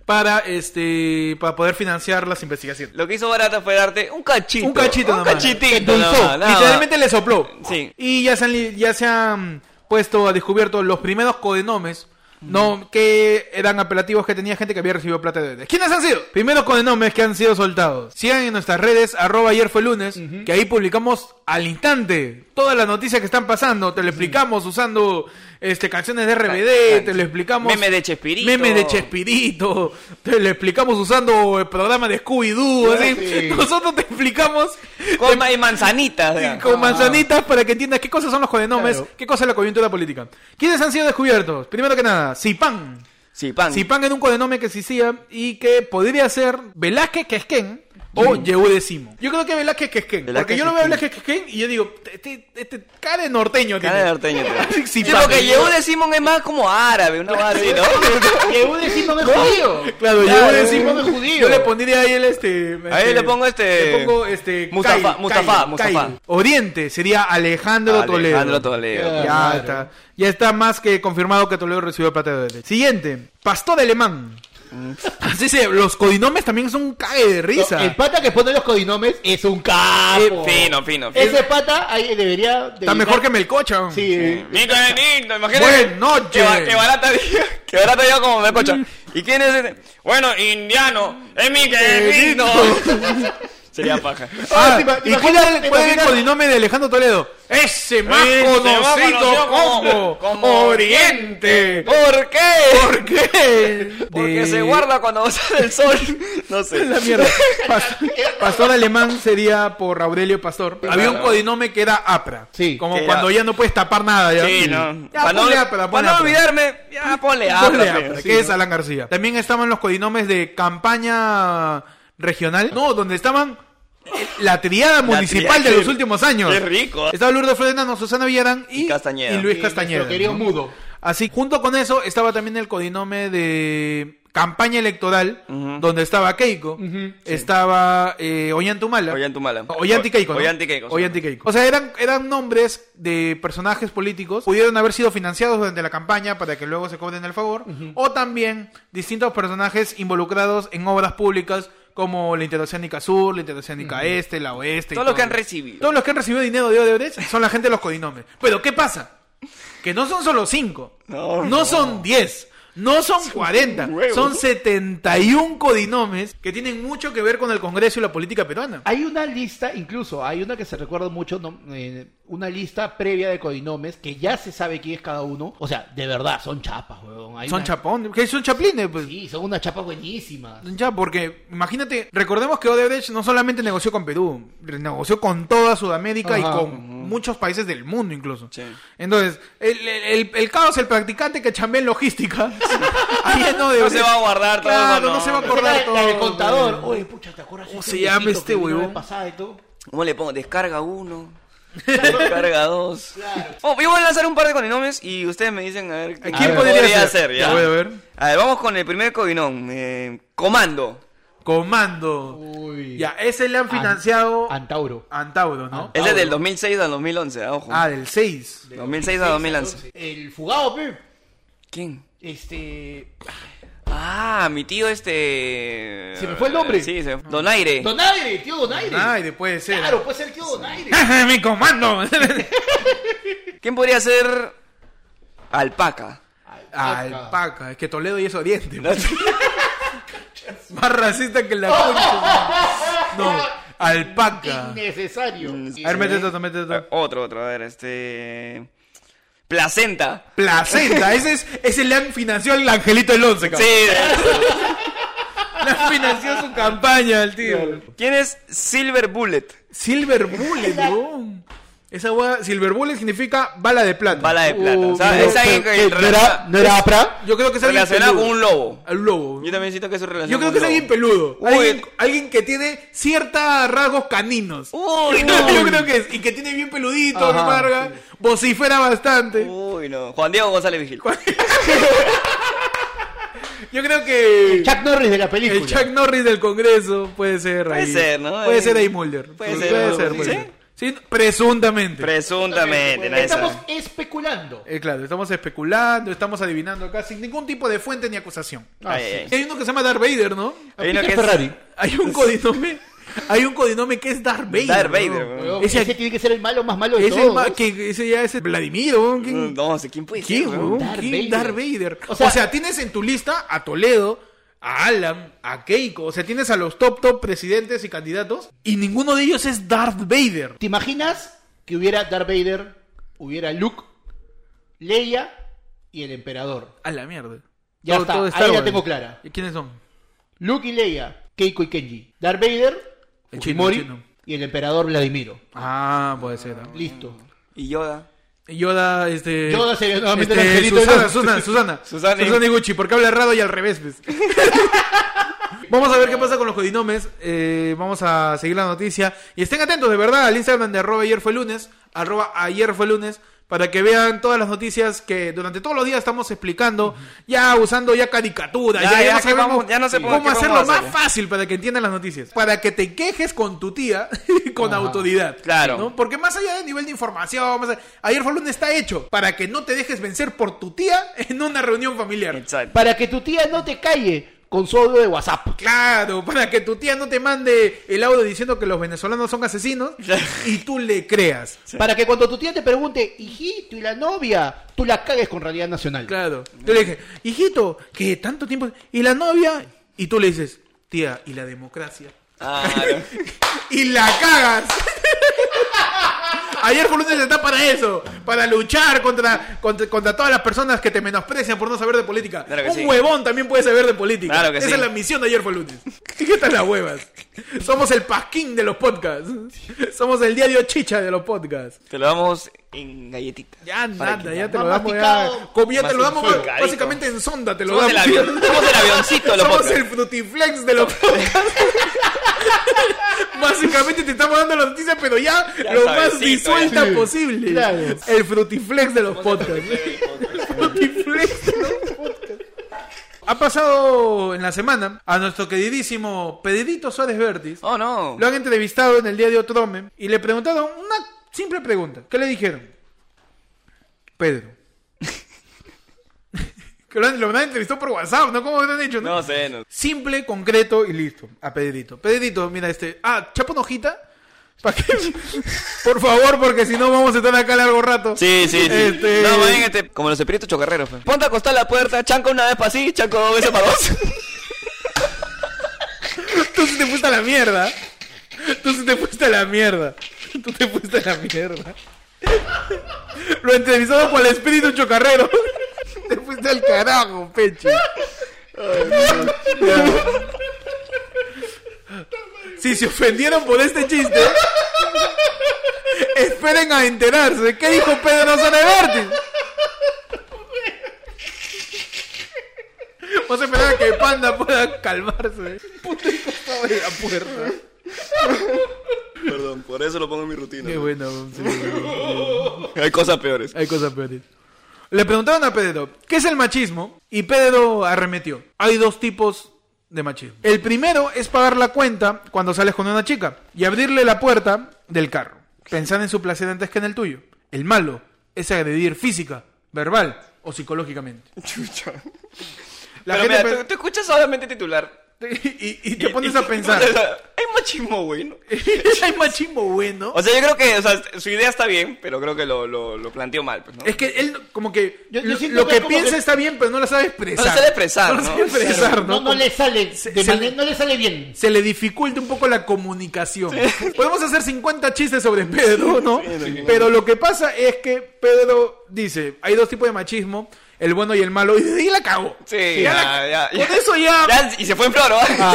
para este para poder financiar las investigaciones. Lo que hizo Barata fue darte un cachito. Un cachito Un nomás. cachitito. Endulzó. nomás, nada más. Literalmente le sopló. Sí. Y ya se han, li- ya se han puesto a descubierto los primeros codenomes. No, que eran apelativos que tenía gente que había recibido plata de ¿Quiénes han sido? Primeros codenomes que han sido soltados. Sigan en nuestras redes, arroba ayer fue lunes, que ahí publicamos al instante todas las noticias que están pasando. Te lo explicamos usando este canciones de RBD, Canciones. te lo explicamos. Meme de Chespirito. Memes de Chespirito. Te lo explicamos usando el programa de Scooby-Doo. así. Sí. Nosotros te explicamos Con ma- y manzanitas. Sí, ya. con manzanitas para que entiendas qué cosas son los codenomes, Claro. qué cosa es la coyuntura política. ¿Quiénes han sido descubiertos? Primero que nada, Zipán. Sí, pan. Zipán era un codenome que existía y que podría ser Velázquez Quesquén o Yehude Simo. Yo creo que Velázquez Quesquén. Porque Velázquez yo lo veo a Quesquén. Velázquez Quesquén y yo digo, este, este cara de norteño Cara tiene. de norteño, tío. Sí, Sí, pan. porque Yehude Simon es más como árabe, una cosa así, ¿no? Yehude Simón es judío. Claro, Yehude Simo es judío. Yo le pondría ahí el este. este, le pongo este- Le pongo este. Mustafa, Mustafa, Mustafa. Oriente sería Alejandro, Toledo. Alejandro Toledo. Ya Claro. está. Ya está más que confirmado que Toledo recibió plata de Odette. Siguiente, Pastor Alemán. Mm. Así se, los codinomes también son un cague de risa. El pata que pone los codinomes es un capo. Fino, fino, fino. Ese pata ahí debería. Está dedicar- mejor que Melcocha. Sí. eh, Nico de Nico, imagínate. Buenas noches. Que, ba- que barata dijo, que barata dijo como me cocha. ¿Y quién es ese? Bueno, indiano, es mi querido. Sería paja. Ah, Ah, te ima- ¿Y cuál imaginas- era el- te cuál era el imaginas- codinome de Alejandro Toledo? Ese más Ese más conocido conocido como, como- como Oriente. ¿Por qué? ¿Por qué? Porque De- se guarda cuando sale el sol. No sé. La mierda. Pas- Pastor alemán sería por Aurelio Pastor. Había un Claro. codinome que era APRA. Sí. Como Era- cuando ya no puedes tapar nada. Ya. Sí, no. Ya, Para no, ponle APRA, para ponle no APRA. olvidarme, ya ponle Ponle APRA. APRA, pe. que es Alan García. También estaban los codinomes de campaña regional. No, donde estaban la triada municipal triada, de los qué- últimos años. qué rico. Estaba Lourdes Fredena, Susana Villarán y, Y Castañeda. y Luis Sí, Castañeda. nuestro querido ¿no? mudo. Así, junto con eso estaba también el codinome de campaña electoral, donde estaba Keiko, estaba eh, Ollantumala. Ollantumala. Ollanta y Keiko. ¿no? Ollanta y Keiko, sí. Ollanta y Keiko. O sea, eran, eran nombres de personajes políticos, pudieron haber sido financiados durante la campaña para que luego se cobren el favor, o también distintos personajes involucrados en obras públicas como la Interoceánica Sur, la Interoceánica Este, la Oeste. y Todos los todo que han eso. recibido. Todos los que han recibido dinero de Odebrecht son la gente de los codinomes. Pero ¿qué pasa? Que no son solo 5, no, No, son 10, no son 40, huevo. son 71 codinomes que tienen mucho que ver con el Congreso y la política peruana. Hay una lista, incluso, hay una que se recuerda mucho, no, eh, una lista previa de codinomes que ya se sabe quién es cada uno. O sea, de verdad, son chapas, weón. Hay Son una- chapón, que son chaplines, pues. Sí, son unas chapas buenísimas. Ya, porque imagínate, recordemos que Odebrecht no solamente negoció con Perú, negoció con toda Sudamérica y Ajá. con muchos países del mundo incluso. Sí. Entonces, el, el, el- el caos, el practicante que chambea en logística, ahí en Odebrecht. No se va a guardar todo, Claro, no, no. se va a Esa es acordar la, la del todo, contador. güey. Oye, pucha, ¿te acuerdas? ¿Cómo ese se llama viejito este que vino la huevón? vez pasada y todo? ¿Cómo le pongo? Descarga uno. Descarga dos. Oh, yo voy a lanzar un par de codinomes y ustedes me dicen a ver ¿A quién quién ver, podría, ser? Ah, ya. Ya voy a ver. A ver, vamos con el primer codinome. eh, comando. Comando. Uy. Ya, ese le han financiado Antauro. Antauro, ¿no? Ese Este es del 2006 al 2011, ah, ojo. Ah, del 6. 2006 a 2011. El fugado, pe. ¿Quién? Este. Ah, mi tío este... Se me fue el nombre. Sí, se me fue. Donaire. Donaire, tío Donaire. Ay, Ah, después de ser. Claro, puede ser el tío Donaire. ¡Mi comando! ¿Quién podría ser... Alpaca? Alpaca, es que Toledo y es Oriente. pues. Más racista que la concha. No, alpaca. Innecesario. A ver, métete otro, métete Ah, otro. Otro, otro, a ver, este... Placenta. Placenta, ese es, ese le han financiado el angelito del once, cabrón. Sí. Le han financiado su campaña al tío. ¿Quién es Silver Bullet? Silver Bullet, weón. Esa hueá, Silver Bullet significa bala de plata. Bala de plata. Uh, o sea, pero- es alguien que ¿No era, no era Apra? Yo creo que es alguien relacionado con un peludo. lobo. Al lobo. Yo también siento que es relacionado Yo creo que es alguien peludo. Uy. Alguien, alguien que tiene ciertos rasgos caninos. Uy, Yo no. creo que es. Y que tiene bien peludito, Ajá, remarga, vocifera bastante. Uy, no. Juan Diego González Vigil. Yo creo que Chuck Norris de la película. el Chuck Norris del Congreso puede ser. Puede ahí. ser, ¿no? Puede Eh, ser ahí Mulder. puede Sí, ser, Puede ¿no? ser, ¿Sí? puede ser. ¿Sí? Sí, presuntamente. Presuntamente, nadie Estamos sabe. especulando. Eh, claro, estamos especulando, estamos adivinando acá sin ningún tipo de fuente ni acusación. Ay, ay, Y Hay uno que se llama Darth Vader, ¿no? Hay uno Peter que es- Ferrari. Hay un codinome, hay un codinome que es Darth Vader. Darth ¿no? Vader, weón. Weón, Ese- Ese, tiene que ser el malo más malo de Ese, todos. ma- que, ese ya es Vladimir, ¿no? ¿Quién, Mm, No sé quién puede ser. quién, weón? weón? Darth ¿Quién? Vader. Darth Vader. O O sea, sea- tienes en tu lista a Toledo, a Alan, a Keiko. O sea, tienes a los top, top presidentes y candidatos. Y ninguno de ellos es Darth Vader. ¿Te imaginas que hubiera Darth Vader, hubiera Luke, Leia y el emperador? A la mierda. Ya está, Star ahí la Wars. tengo clara. ¿Y ¿Quiénes son? Luke y Leia, Keiko y Kenji. Darth Vader, El chino, Fujimori el chino. y el emperador Vladimiro. Ah, puede ser. ¿no? Listo. Y Yoda. Yoda, este. Yoda sería nuevamente este, el angelito de Susana, Dios. Susana, Susana. Susana y- Susana y Gucci, porque habla errado y al revés, ves. Vamos a ver qué pasa con los codinomes. eh, vamos a seguir la noticia. Y estén atentos, de verdad, al Instagram de arroba ayer fue lunes, arroba ayer fue lunes, para que vean todas las noticias que durante todos los días estamos explicando, ya usando ya caricaturas, ya, Ya, ya, ya, no que sabemos vamos- ya no sé por cómo qué hacerlo vamos a más hacerlo. fácil para que entiendan las noticias. Para que te quejes con tu tía con autoridad. Claro. ¿no? Porque más allá del nivel de información, más allá- ayer fue lunes está hecho para que no te dejes vencer por tu tía en una reunión familiar. Exacto. Para que tu tía no te calle con su audio de WhatsApp. Claro, para que tu tía no te mande el audio diciendo que los venezolanos son asesinos y tú le creas. Para que cuando tu tía te pregunte, hijito, ¿y la novia? Tú la cagues con realidad nacional. Claro. Yo le dije, hijito, que tanto tiempo. ¿Y la novia? Y tú le dices, tía, ¿y la democracia? Claro. y la cagas. Ayer fue lunes está para eso, para luchar contra, contra, contra todas las personas que te menosprecian por no saber de política. Claro que Un sí. huevón también puede saber de política. Claro que Esa sí. es la misión de ayer fue lunes. ¿Qué tal las huevas? Somos el pasquín de los podcasts. Somos el diario chicha de los podcasts. Te lo damos en galletita. Ya Para que- nada, ya te lo Más damos ya. masticado. Como ya te lo Más damos masticadito. básicamente en sonda, te lo Somos el, damos. avión, somos el avioncito de los Somos podcasts. el frutiflex de los Básicamente te estamos dando la noticia, pero ya, Ya lo sabes, más sí, disuelta todavía. posible. Claro. El frutiflex de los podcasts. El frutiflex de los podcasts. Ha pasado en la semana a nuestro queridísimo Pedrito Suárez Vértiz. Oh, no. Lo han entrevistado en el día de Otrome y le preguntaron una simple pregunta. ¿Qué le dijeron? Pedro. que lo han, lo han entrevistado por WhatsApp, ¿no? ¿Cómo lo han hecho? No sé, no. Simple, concreto y listo. A Pedrito. Pedrito, mira este. Ah, chapa una hojita. ¿Para qué? Por favor, porque si no vamos a estar acá largo rato. Sí, sí, sí. Este- No, ven, este, como los espíritus chocarreros. fe. Ponte a acostar la puerta, chanco una vez para sí, chanco dos veces para dos. Tú sí te fuiste a la mierda. Tú sí te fuiste a la mierda. Tú te fuiste a la mierda. Lo entrevistado por el espíritu chocarrero. Te fuiste al carajo, pecho. Si se ofendieron por este chiste, esperen a enterarse. ¿Qué dijo Pedro Saneverte? Vamos a esperar a que Panda pueda calmarse. Puta, el costado de la puerta. Perdón, por eso lo pongo en mi rutina. Qué bueno. sí. Hay cosas peores. Hay cosas peores. Le preguntaron a Pedro, ¿qué es el machismo? Y Pedro arremetió. Hay dos tipos de machismo. El primero es pagar la cuenta cuando sales con una chica y abrirle la puerta del carro. Pensar en su placer antes que en el tuyo. El malo es agredir física, verbal o psicológicamente. Chucha. La Pero gente mira, pe- tú, tú escuchas solamente titular. y, y te pones Y- a y- pensar. o sea, Hay machismo, güey. ¿no? Hay machismo bueno. O sea, yo creo que, o sea, su idea está bien, pero creo que lo, lo, lo planteó mal, pues, ¿no? Es que él, como que Yo- yo lo, siento lo que que es como piensa que- está bien, pero no la sabe expresar. No la sabe expresar, la ¿no? sabe expresar, ¿no? No, no Como- le sale, de se- se mane- le- no le sale bien. se le dificulta un poco la comunicación. Podemos hacer 50 chistes sobre Pedro, ¿no? Pero lo que pasa es que Pedro dice, hay dos tipos de machismo, el bueno y el malo, y, y la cagó. Sí, Ya ya, la- ya, ya. Con eso ya... Ya, y se fue en flor, ¿no? Ah.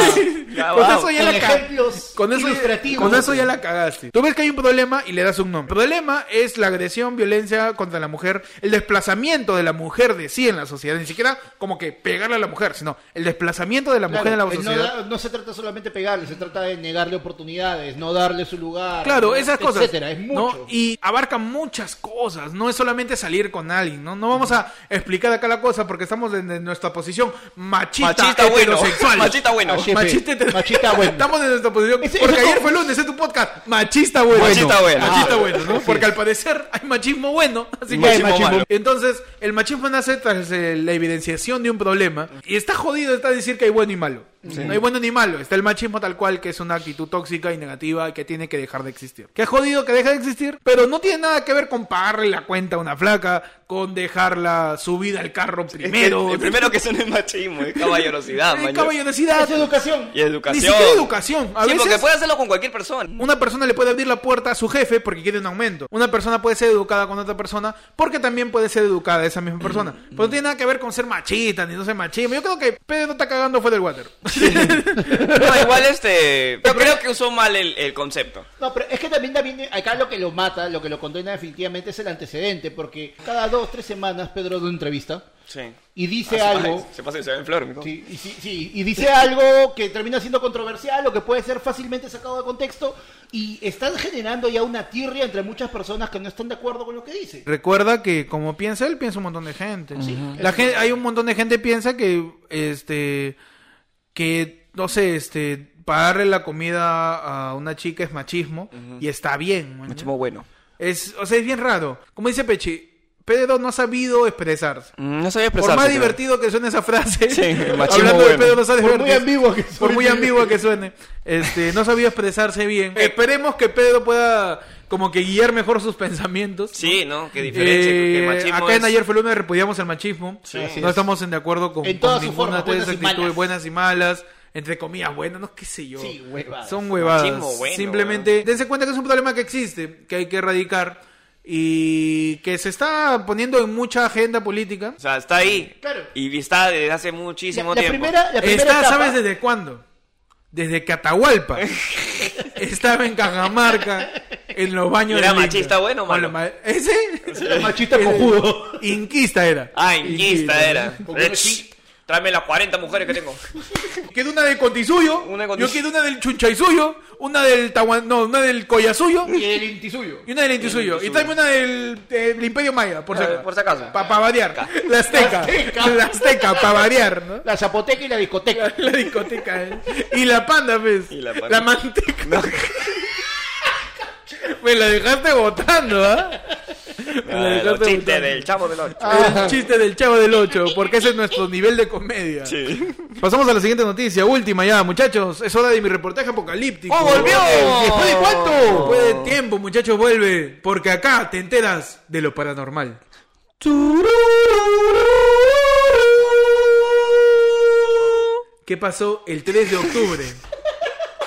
Ya, con wow. eso ya Con la ca- ejemplos con eso, ya, ilustrativos. con eso ya la cagaste. Tú ves que hay un problema y le das un nombre. El problema es la agresión, violencia contra la mujer, el desplazamiento de la mujer de sí en la sociedad. Ni siquiera como que pegarle a la mujer, sino el desplazamiento de la mujer en Claro, la el no, sociedad. da- no se trata solamente de pegarle, se trata de negarle oportunidades, no darle su lugar. Claro, ¿no? esas cosas. Etcétera, es ¿no? mucho. Y abarca muchas cosas. No es solamente salir con alguien, ¿no? No vamos a complicar acá la cosa porque estamos en, en nuestra posición machista, Machista bueno. heterosexual. Machista bueno. Así es. Machista, heter- Machista bueno. Estamos en nuestra posición Ese- porque ese ayer como- fue lunes, es tu podcast. Machista bueno. Machista bueno. Machista Ah, bueno, ¿no? así Porque es. al parecer hay machismo bueno. Así Y que hay machismo machismo. malo. entonces, el machismo nace tras eh, la evidenciación de un problema. Y está jodido está decir que hay bueno y malo. No hay bueno ni malo. Está el machismo tal cual, que es una actitud tóxica y negativa que tiene que dejar de existir. Que es jodido que deja de existir, pero no tiene nada que ver con pagarle la cuenta a una flaca, con dejarla subida al carro primero. El, primero que eso no es machismo, es caballerosidad, Es maño. caballerosidad. Es educación. Y educación. Ni siquiera educación. A sí, veces- porque puede hacerlo con cualquier persona. una persona le puede abrir la puerta a su jefe porque quiere un aumento. Una persona puede ser educada con otra persona porque también puede ser educada esa misma persona. Pero no tiene nada que ver con ser machista ni no ser machismo. Yo creo que Pedro está cagando fuera del water. No, igual este... Yo creo que usó mal el, el concepto. No, pero es que también, también acá lo que lo mata, lo que lo condena definitivamente es el antecedente, porque cada dos, tres semanas Pedro da una entrevista Ah, Sí. y dice algo. Se pasa y se ve en flor, mijo. Sí, y, sí, sí, y dice algo que termina siendo controversial o que puede ser fácilmente sacado de contexto y están generando ya una tirria entre muchas personas que no están de acuerdo con lo que dice. Recuerda que como piensa él, piensa un montón de gente. La gente hay un montón de gente que piensa que este que no sé, este pagarle la comida a una chica es machismo y está bien. man. Machismo bueno. Es, o sea, es bien raro. Como dice Pechi, Pedro no ha sabido expresarse. Mm, No sabía Por expresarse. más creo. divertido que suene esa frase, Sí, machismo hablando de bueno. Pedro Rosales Por muy Vértiz, ambigua que por suene. Eh. muy ambigua que suene, este, no sabía expresarse bien. Esperemos que Pedro pueda como que guiar mejor sus pensamientos. Sí, ¿no? Qué diferencia. que el Eh, machismo acá en es- ayer fue lunes repudiamos el machismo. Sí. no Así es. estamos en de acuerdo con, En con todas sus ninguna formas, de esas buenas y actitudes malas. buenas y malas, entre comillas buenas, no qué sé yo. Sí, huevadas. Son huevadas. Machismo bueno, Simplemente dense cuenta que es un problema que existe, que hay que erradicar y que se está poniendo en mucha agenda política. O sea, está ahí. Claro. Y está desde hace La, muchísimo la tiempo. primera, la primera Está, etapa- ¿sabes desde cuándo? Desde que Atahualpa estaba en Cajamarca en los baños ¿Era del Inca. machista bueno o malo? Con la ma- Ese Era machista cojudo. Inquista era. Ah, inquista era. Como que sí. Tráeme las 40 mujeres que tengo. Quiero una de Contisuyo, Una yo de Contisuyo. quiero una del Chunchaisuyo, una del Tahuan, no, una del Collasuyo Y el inti suyo. y una del Intisuyo. Y tráeme una del, del Imperio Maya, por si Ah, acaso. por si acaso. Para variar. La Azteca. La Azteca. La Azteca, para variar, ¿no? La zapoteca y la discoteca. La discoteca, ¿eh? Y la panda, ¿ves? Y la panda. manteca. Me la dejaste votando, ¿ah? Me la Ah, Los dejaste chistes botando. del chavo del ocho. El chiste del chavo del 8, porque ese es nuestro nivel de comedia. Sí. Pasamos a la siguiente noticia, última ya, muchachos. Es hora de mi reportaje apocalíptico. ¡Oh, volvió! ¿Después de cuánto? Después de tiempo, muchachos, vuelve. Porque acá te enteras de lo paranormal. ¿Qué pasó el 3 de octubre?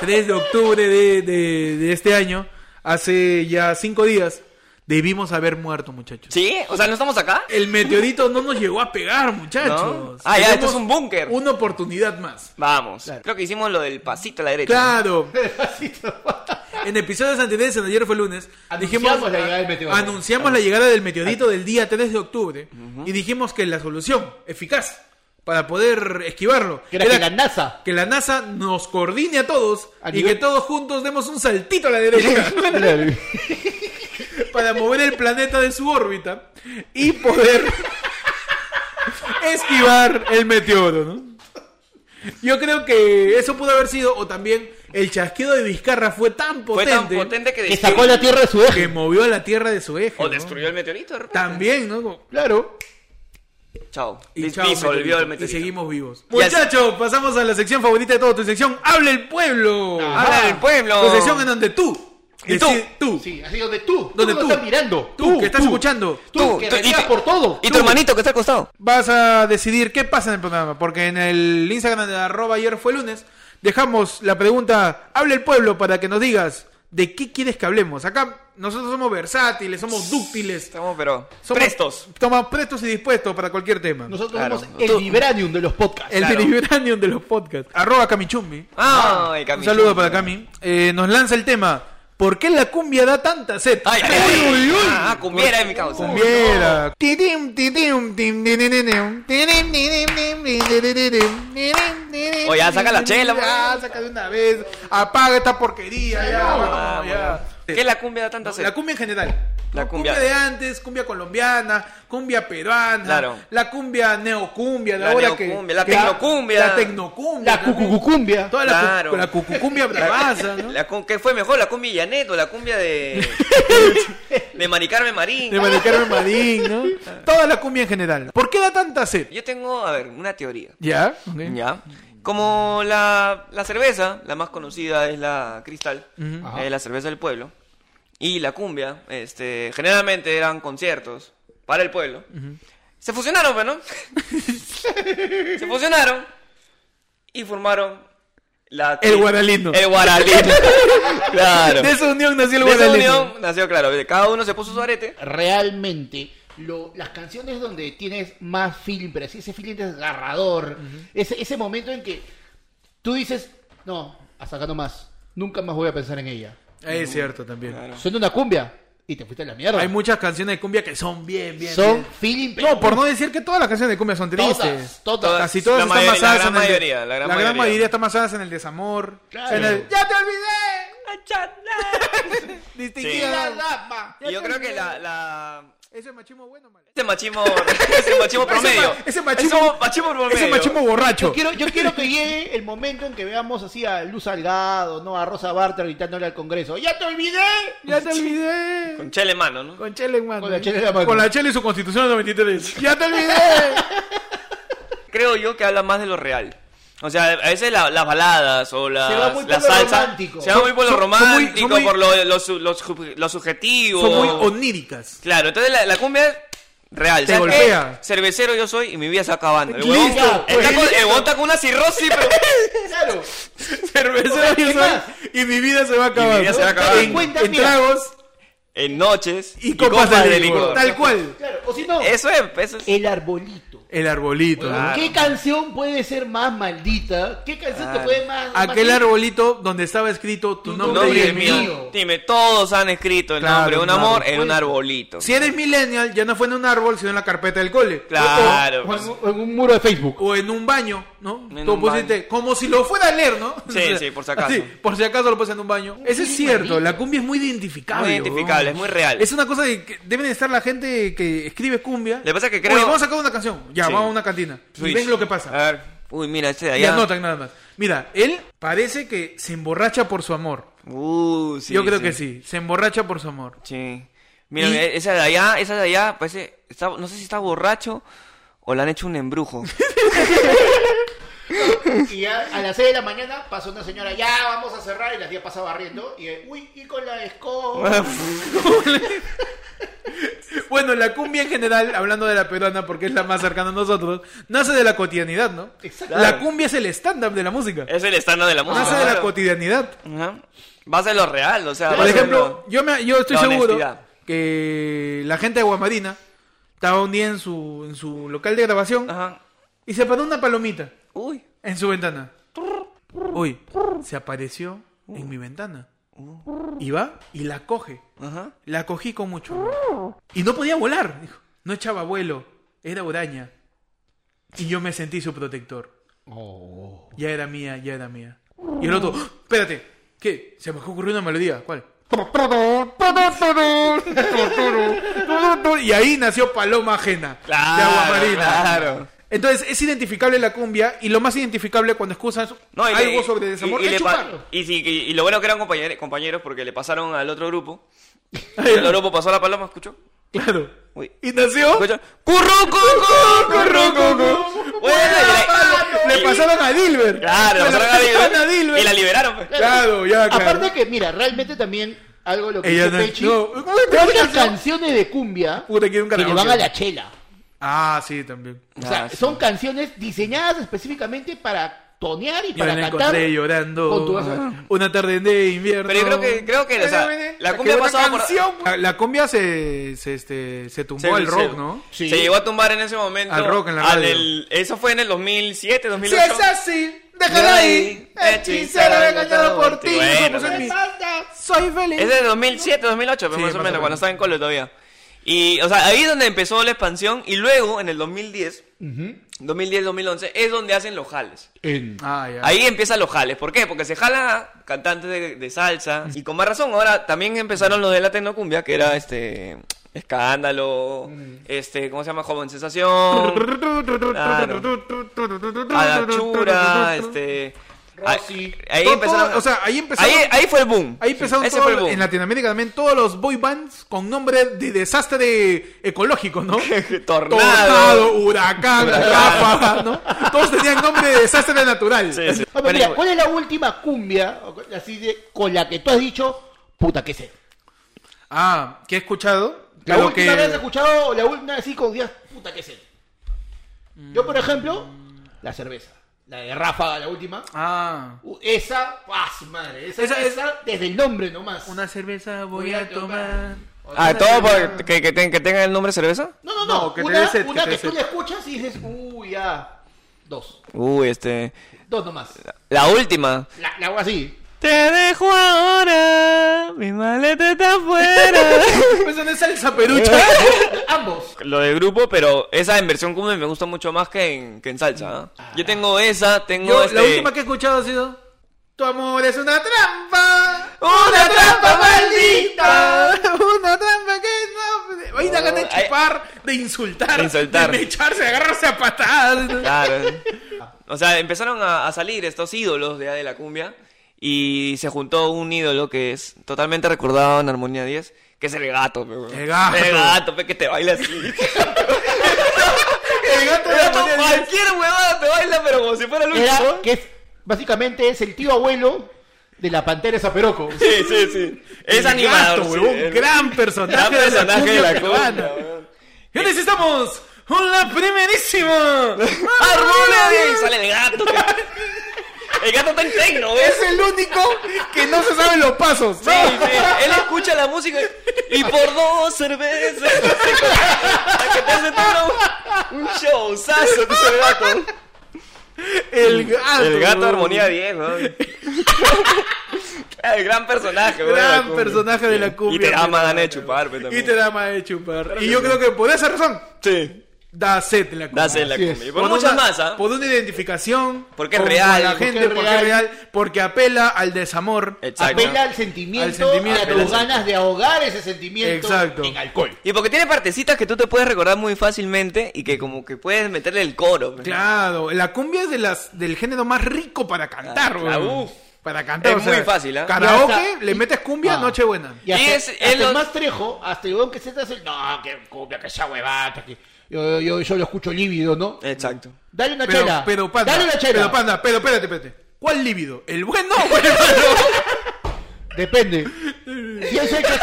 3 de octubre de, de- de este año, hace ya 5 días, debimos haber muerto, muchachos. ¿Sí? O sea, ¿no estamos acá? El meteorito no nos llegó a pegar, muchachos. ¿No? Ah, ya, Tenemos esto es un búnker. Una oportunidad más. Vamos. Claro. Creo que hicimos lo del pasito a la derecha. Claro, Despacito. en episodios anteriores, en ayer fue lunes, Anunciamos dijimos- la llegada del meteorito. anunciamos la llegada del meteorito del día 3 de octubre y dijimos que la solución eficaz para poder esquivarlo Que era que la NASA. que la NASA nos coordine a todos A y nivel- que todos juntos demos un saltito a la derecha para mover el planeta de su órbita y poder esquivar el meteoro, ¿no? Yo creo que eso pudo haber sido, o también el chasquido de Vizcarra fue tan Fue potente, tan potente que, Que destruyó- sacó la tierra de su que eje. movió a la Tierra de su eje. O ¿no? destruyó el meteorito, de repente. También, ¿no? Como- Claro. Chao. Y Dis- chao, disolvió meteorito. el Y meteorito. seguimos vivos. Y así- Muchachos, pasamos a la sección favorita de todo tu sección. ¡Habla el pueblo! Ah, Ajá. ¡Habla del pueblo! Tu sección en donde tú. Y tú. decides- tú. Sí, así donde tú. Donde tú. tú. no estás mirando. Tú, que estás escuchando. Tú, Tú, que tú, y venías te- por todo. Y Tú. tu hermanito que está al costado. vas a decidir qué pasa en el programa. Porque en el Instagram de arroba ayer fue lunes, dejamos la pregunta, habla el pueblo para que nos digas de qué quieres que hablemos. Acá nosotros somos versátiles, somos dúctiles. Estamos, pero. Somos, Prestos. Somos prestos y dispuestos para cualquier tema. Nosotros Claro. somos el Tú. vibranium de los podcasts. el claro. deliberanium de los podcasts. Arroba Camichumbi. ¡Ay, Cami! Un saludo para Cami. Eh, nos lanza el tema. ¿Por qué la cumbia da tanta sed? ¡Ay, ay, ay! Ah, cumbiera es mi causa. Cumbiera. Tirim, tirim, tim, tiririririm. Tirim, tirim, tim, tiririririm. Tirim, tirim, O ya, saca la tim, chela, Ya, pues. saca de una vez. Apaga esta porquería. Ya, Ah, ya. bueno. ¿Qué la cumbia da tanta sed? La cumbia en general. La cumbia. cumbia. de antes, cumbia colombiana, cumbia peruana, Claro. la cumbia neocumbia, de La ahora que- neocumbia, la que- tecnocumbia. la tecnocumbia, La también. cucucucumbia. toda la, cu- Claro. la cucucumbia bravaza, ¿no? La cum- ¿Qué fue mejor? ¿La cumbia Llaneto? ¿La cumbia de. de Maricarme Marín? De Maricarmen Marín, ¿no? Toda la cumbia en general. ¿Por qué da tanta sed? Yo tengo, a ver, una teoría. Ya, ok. ¿Ya? Como la, la cerveza, la más conocida es la Cristal, Ujú. Ajá. eh, la cerveza del pueblo. Y la cumbia, este, generalmente eran conciertos para el pueblo. Se fusionaron, pues, ¿no? Se fusionaron y formaron la... El Guaralino. El Guaralino. claro. De esa unión nació el De esa guaralino. unión nació, claro. de Cada uno se puso su arete. realmente lo- las canciones donde tienes más feeling, pero así ese feeling desgarrador, ese, ese momento en que tú dices, no, hasta acá nomás, nunca más voy a pensar en ella. Ah, Es cierto también. Claro. Suena una cumbia y te fuiste a la mierda. Hay muchas canciones de cumbia que son bien, bien. Son bien. feeling, pero No, por no decir que todas las canciones de cumbia son tristes. todas, todas, Casi todas La están mayoría- basadas la gran en el de- mayoría, la gran mayoría. están basadas en el desamor. Claro. en el- ¡Ya te olvidé! Sí. Distinguida dama. Y yo creo que la- la... Ese machismo bueno, mal. Ese machismo, ese machismo promedio. ma- ese machismo- promedio. Ese machismo borracho. Yo quiero, yo quiero que llegue el momento en que veamos así a Luz Salgado, ¿no? A Rosa Bartra gritándole al Congreso, ¡ya te olvidé! ¡Ya te olvidé! Con chela en mano, ¿no? Con Chele, mano. Con la chela en la mano. Con la chela y su constitución del 93. ¡Ya te olvidé! Creo yo que habla más de lo real. O sea, a veces la- las baladas o las, Se va muy por las lo salsas romántico. se va muy por lo Son- son- son muy- romántico, son muy- por lo, lo su- lo su- lo subjetivo. Son muy oníricas. Claro, entonces la, la cumbia es real. Te ¿Sabes qué? golpea. Cervecero yo soy y mi vida se va acabando. El huevón, Listo, está pues, con, el huevón está con una cirrosis, pero ¡Claro! Cervecero ¿Qué yo soy, más? y mi vida se va a acabar. vida se va a acabar. En, Cuenta, en mira. tragos en noches y copas, de, licor. Tal cual. ¡Claro! O si no, Eso es, eso es. el arbolito. El arbolito. Oye, ah. ¿Qué canción puede ser más maldita? ¿Qué canción te Claro. puede más? Aquel más- arbolito donde estaba escrito tu No, nombre y el mío. mío. Dime, todos han escrito el Claro, nombre de un claro. amor en un arbolito. Si eres millennial, ya no fue en un árbol, sino en la carpeta del cole. Claro. O en, un- o en un muro de Facebook. O en un baño, ¿no? En Tú un pusiste como si lo fuera a leer, ¿no? Sí, sí, por si acaso. Así, por si acaso lo puse en un baño. Ese es Sí, cierto, maldito. la cumbia es muy identificable. Muy identificable, weón. es muy real. Es una cosa de que deben estar la gente que escribe cumbia. Lo que pasa es que Oye, creo- vamos a sacar una canción. Ya, Sí. Ah, vamos a una cantina. Y Switch. ven lo que pasa. A ver. Uy, mira, este de Y allá. anotan nada más. Mira, él parece que se emborracha por su amor. Uh, sí. Yo creo que sí, se emborracha por su amor. Sí. Mira, Y- eh, esa de allá, esa de allá, parece. está- no sé si está borracho o le han hecho un embrujo. Y ya a las 6 de la mañana pasó una señora, ya vamos a cerrar, y la tía pasa barriendo. Y eh, uy, y con la escoba. Bueno, la cumbia en general, hablando de la peruana porque es la más cercana a nosotros, nace de la cotidianidad, ¿no? Exacto. La cumbia es el stand-up de la música. es el estándar de la música. Nace de la Eh, claro. cotidianidad. Ajá. Va a ser lo real, o sea. Por va a ser ejemplo, yo, me, yo estoy la seguro honestidad. que la gente de Guamarina estaba un día en su, en su local de grabación lo- Ajá. y se paró una palomita Uy. en su ventana. Uy, se apareció en mi ventana. Y va y la coge. Ajá. La cogí con mucho amor. Y no podía volar. dijo. No echaba vuelo. Era uraña. Y yo me sentí su protector. Oh. Ya era mía, ya era mía. Y el otro, ¡Ah! espérate, ¿qué? Se me ocurrió una melodía. ¿Cuál? Y ahí nació Paloma Ajena. de Claro, Aguamarina. claro. Entonces es identificable la cumbia y lo más identificable cuando excusas No, y le- algo sobre desamor y- y es le pa- chuparlo. y, sí, y- y lo bueno que eran compañeros, compañeros porque le pasaron al otro grupo. Y el otro grupo pasó a la paloma, ¿escuchó? Claro. Uy. Y nació. Escucha, curru, curru, curru, curru. Bueno, y la- Le pasaron a Dilber. Claro, Se la pasaron a Dilber. pasaron a Dilber. Y la liberaron. pues. Claro, ya, claro. Aparte que, mira, realmente también algo lo que Ella dice no- Pechi. no. muchas canciones de cumbia Puta, quiero un que le caracol. van a la chela. Ah, sí, también. O sea, Ah, sí. son canciones diseñadas específicamente para tonear y Yo para la cantar. encontré llorando. Ah. con tu vaso. Una tarde de invierno. Pero yo creo que- creo que, o sea, la cumbia qué buena pasaba por- canción, pues. La, la cumbia se, se, este, se tumbó al rock, ¿no? Sí. Se llegó a tumbar en ese momento. Al rock en la al- radio. el- eso fue en el 2007, Si 2008. es así, déjala ahí. Hechicera, me he engañado por ti. Bueno, pues, Somos pero- en Soy feliz. Es del 2007, 2008, pues, Sí, más o más o menos, menos. cuando estaba en cole todavía. Y, o sea, ahí es donde empezó la expansión. Y luego, en el 2010, 2010-2011, es donde hacen los jales. En- Ah, ya. Ahí empiezan los jales. ¿Por qué? Porque se jala cantantes de, de salsa. Mm. Y con más razón, ahora también empezaron los de la tecnocumbia, que era este. Escándalo. Mm. Este, ¿cómo se llama? Joven Sensación. Claro. Adachura, este. Rosy. Ahí, ahí Todo- empezaron. todo- o sea, ahí empezaron- Ahí, ahí fue el boom. Ahí empezaron Ese todo- fue el boom. en Latinoamérica también todos los boy bands con nombre de desastre ecológico, ¿no? Tornado. Tornado, huracán, Huracán. ráfaga, ¿no? Todos tenían nombre de desastre natural. Sí, sí. Ah, pero Pero mira, igual- ¿cuál es la última cumbia o co- así de, con la que tú has dicho, puta, qué sé? Ah, que he escuchado. La Claro última que- vez has escuchado, la última así con días, puta, qué sé. Mm. Yo, por ejemplo, la cerveza. La de Ráfaga, la última. Ah, Uh, Esa, ¡ah, su madre! Esa, Esa- esa, desde el nombre nomás. una cerveza voy a tomar. Ah, todo por que, que, ten- que tenga el nombre de cerveza. No, no, no. No, que te una dé sed, una que que, te dé tú sed. le escuchas y dices, uy, ya. Dos. Uy, este. Dos nomás. La última. La, la hago así. Te dejo ahora. Mi maleta está afuera. Eso no es salsa perucha. Ambos. Lo del grupo, pero esa en versión cumbia me gusta mucho más que en, que en salsa. ¿ah? Yo tengo esa, tengo Yo, este. La última que he escuchado ha sido. Tu amor es una trampa. ¡Una trampa maldita! Una trampa que no. Hay una gana de ay. chupar, de insultar, De insultar. mecharse, de agarrarse a patadas. Claro. O sea, empezaron a, a salir estos ídolos de, de la cumbia y se juntó un ídolo que es totalmente recordado en Armonía 10, que es el gato. pe, weón. El gato. El gato, pe, que te baila así. El gato de Pero Armonía diez. cualquier huevada te baila, pero como si fuera el Era, último. que es- básicamente es el tío abuelo de la pantera Zaperoco. Sí, sí, sí. Es El animador. gato, sí, huevón, el- gran personaje, gran personaje de cumbia la cumbia. peruana. weón. Y necesitamos con la primerísima. ¡Armonía Armonía 10! Y sale el gato. que- El gato está en tecno, ¿ves? Es el único que no se sabe los pasos. Sí, sí. Él escucha la música y por dos cervezas. La que te hace todo un show, sazo, tú sabes, gato. El gato. El gato huevón. Armonía 10, weón. El gran personaje, weón. Gran personaje de la cumbia. Y te da peruana, más ganas de chupar, pe, Y también. te da más de chupar. Y yo creo que por esa razón Sí. da set la cumbia. Dase la Así es. cumbia. Y por muchas una, más, ¿ah? Por una identificación. Porque es con- real, con la porque gente, es porque es real. real. Porque apela al desamor. Exacto. Apela al sentimiento, Al sentimiento. a tus ganas de ahogar ese sentimiento Exacto. en alcohol. Y porque tiene partecitas que tú te puedes recordar muy fácilmente y que como que puedes meterle el coro. pues. pe. Claro, la cumbia es de las, del género más rico para cantar, Ah, claro, weón. uf. Para cantar. Es muy fácil, ¿ah? Karaoke, Y hasta- le metes cumbia, Ah. nochebuena. Y hasta, Y es- hasta es el lo- más trejo, hasta el weón que se te hace, no, que cumbia, que esa huevada, que yo, yo, yo lo escucho lívido, ¿no? Exacto. Dale una Pero, chela. pero, panda, Dale una chela. pero, panda, pero, espérate, espérate. ¿Cuál líbido? ¿El bueno o el malo? Depende. Si es el que-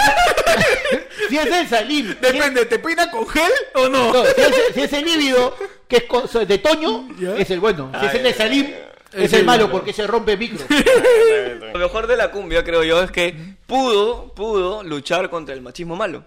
si es el salim. Depende, ¿te peina con gel o no? No, si es, si es el lívido, que es co- so- de Toño, Ya. Eh, es el bueno. Si es el de Salim, es el el malo malo. porque se rompe micro. Lo mejor de la cumbia, creo yo, es que pudo, pudo luchar contra el machismo malo.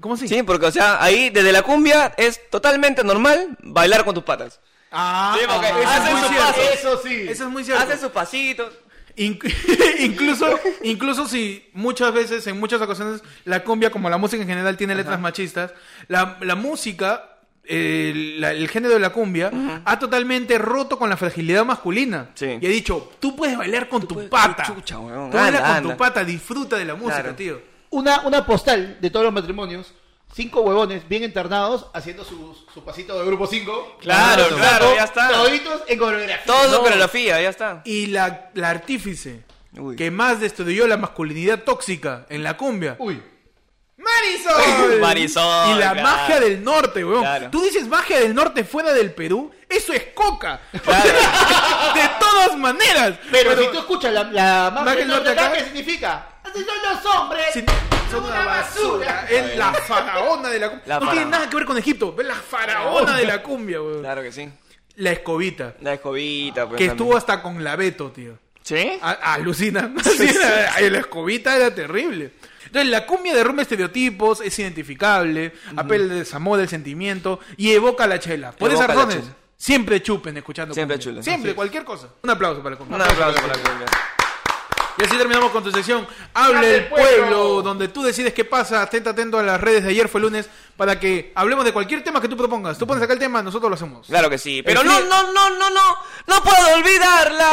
¿Cómo así? Sí, porque, o sea, ahí desde la cumbia es totalmente normal bailar con tus patas. Ah, Sí, porque eso es hacen muy sus cierto. pasos. Eso sí. Eso es muy cierto. Haces sus pasitos. Inc- incluso, incluso si muchas veces, en muchas ocasiones, la cumbia, como la música en general, tiene letras machistas, la, la música, eh, la- el género de la cumbia, ha totalmente roto con la fragilidad masculina. Sí. Y ha dicho, tú puedes bailar con tu puedes- pata. chucha, weón, tú baila anda, con anda. tu pata, disfruta de la música, Claro. tío. Una, una postal de todos los matrimonios. Cinco huevones bien entarnados haciendo su, su pasito de grupo 5. Claro, claro, ya está. Toditos en coreografía. Todo No. su coreografía, ya está. Y la, la artífice Uy. que más destruyó la masculinidad tóxica en la cumbia. Uy. ¡Marisol! Marisol, Y la claro. magia del norte, weón. Claro. Tú dices magia del norte fuera del Perú, eso es coca. Claro. de todas maneras. Pero, si tú escuchas la, la magia Magia del norte norteacá- acá, ¿qué significa? Así son los hombres. Si- son una basura. Es la faraona de la cumbia. La no tiene faraona. nada que ver con Egipto. Es la faraona de la cumbia, weón. Claro que sí. La escobita. La escobita, pues. Que también. estuvo hasta con la Beto, tío. ¿Sí? A- alucina. Sí, era- ay, la escobita era terrible. Entonces, la cumbia derrumba estereotipos, es identificable, apela al desamor, el sentimiento y evoca la chela. Por Evoca esas la razones, chela. siempre chupen escuchando Siempre cumbia. chupen, Siempre, sí. cualquier cosa. Un aplauso para la cumbia. Un aplauso para la cumbia. Y así terminamos con tu sección. Hable Hable el el pueblo, pueblo. donde tú decides qué pasa. Atenta atento a las redes de ayer, fue lunes, para que hablemos de cualquier tema que tú propongas. Tú pones acá el tema, nosotros lo hacemos. Claro que sí, pero El no, fin- no, no, no, no, no puedo olvidarla.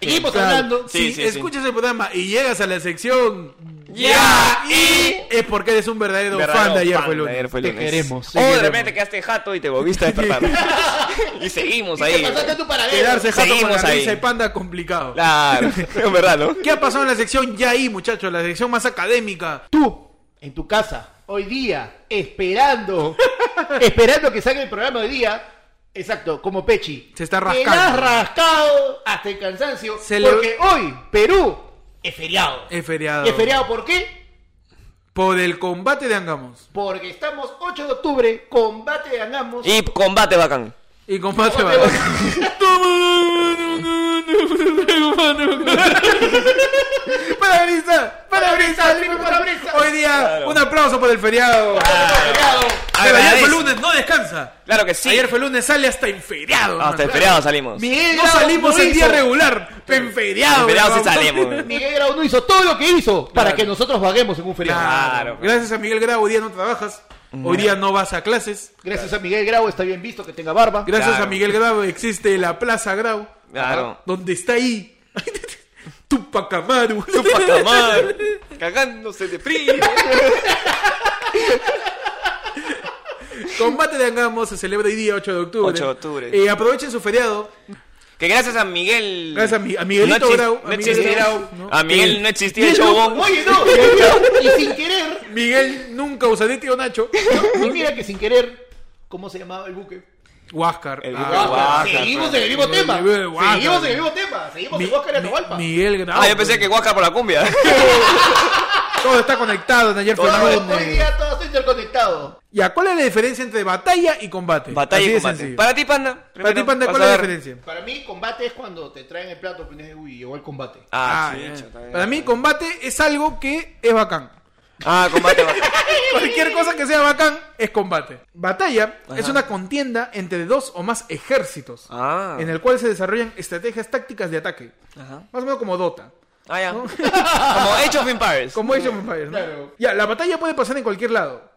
Seguimos Claro. hablando. Sí, si sí, sí. escuchas el programa y llegas a la sección Ya, es porque eres un verdadero, Verdadero fan de ayer fan fue de lunes. Ayer Fue Te Lunes. queremos, te O de queremos. repente quedaste jato y te volviste a despertar. y seguimos ¿Qué ahí. pasaste a tu paradero? Quedarse jato con la Seguimos ahí. risa y panda complicado. Claro, es verdad, ¿no? ¿Qué ha pasado en la sección ya ahí, muchachos? La sección más académica. Tú, en tu casa, hoy día, esperando, esperando que salga el programa hoy día. Exacto, como Pechi. Se está Te rascando. la has rascado hasta el cansancio. Se le- porque hoy, Perú, es feriado. Es feriado. ¿Es feriado por qué? Por el combate de Angamos. Porque estamos 8 de octubre, combate de Angamos. Y combate bacán. Y combate va. Combate Ah, Para brisa, para brisa, libre para brisa. Hoy día, un aplauso por el feriado. Feriado. Pero ayer fue Agradezco. lunes, no descansa. Claro que sí. Ah, Ayer fue lunes, sale hasta en feriado. Hasta el hermano. feriado salimos. Miguel No Grau salimos no en día hizo- regular, en feriado. En feriado sí hermano. salimos. Miguel Grau no hizo todo lo que hizo para que nosotros vaguemos en un feriado. Claro. Claro. Gracias a Miguel Grau, hoy día no trabajas. Hoy día no vas a clases. Gracias a Miguel Grau está bien visto que tenga barba. Gracias Claro. a Miguel Grau existe la Plaza Grau. Claro. Donde está ahí. Tupac Amaru. Tupac Amaru, Cagándose de frío. Combate de Angamos se celebra hoy día 8 de octubre. 8 de octubre. Eh, aprovechen su feriado. Que gracias a Miguel. Gracias a mi- a Miguelito no exis- Grau, No a Miguel existía Grau, Grau. ¿no? A Miguel El- no existía Y el es loco. showbón. Oye, no. Y sin querer. Miguel nunca usaría tío Nacho. Y mira que sin querer. ¿Cómo se llamaba el buque? Huáscar. El Ah, Guasca, Guasca, seguimos claro. en el mismo El tema. Guasca, Guasca. Seguimos en el mismo tema. Seguimos Mi- en Huáscar y Mi- Atahualpa. Miguel Grau. Ah, yo pensé que Huáscar por la cumbia. Todo está conectado en ayer fue Todo- hoy lunes. día todo está interconectado. Ya, ¿cuál es la diferencia entre batalla y combate? Batalla Así y de combate. sencillo. Para ti, panda. Para ti, Primero, Panda, vas ¿cuál a es la ver. diferencia? Para mí, combate es cuando te traen el plato. Pues, uy, llegó el combate. Ah, Ah, sí, ya. chuta, ya. Para mí, combate es algo que es bacán. Ah, combate bacán. Cualquier cosa que sea bacán es combate. Batalla es Ajá. una contienda entre dos o más ejércitos, Ah. en el cual se desarrollan estrategias tácticas de ataque. Ajá. Más o menos como Dota. Ah, ya. Como Age of Empires. Como Age of Empires, ¿no? Claro. Ya, la batalla puede pasar en cualquier lado,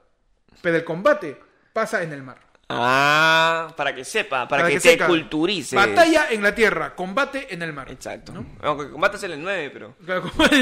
pero el combate pasa en el mar. Ah, para que sepa, para, que, te seca. culturice. Batalla en la tierra, combate en el mar. Exacto. Aunque combatas en el 9, pero. Claro,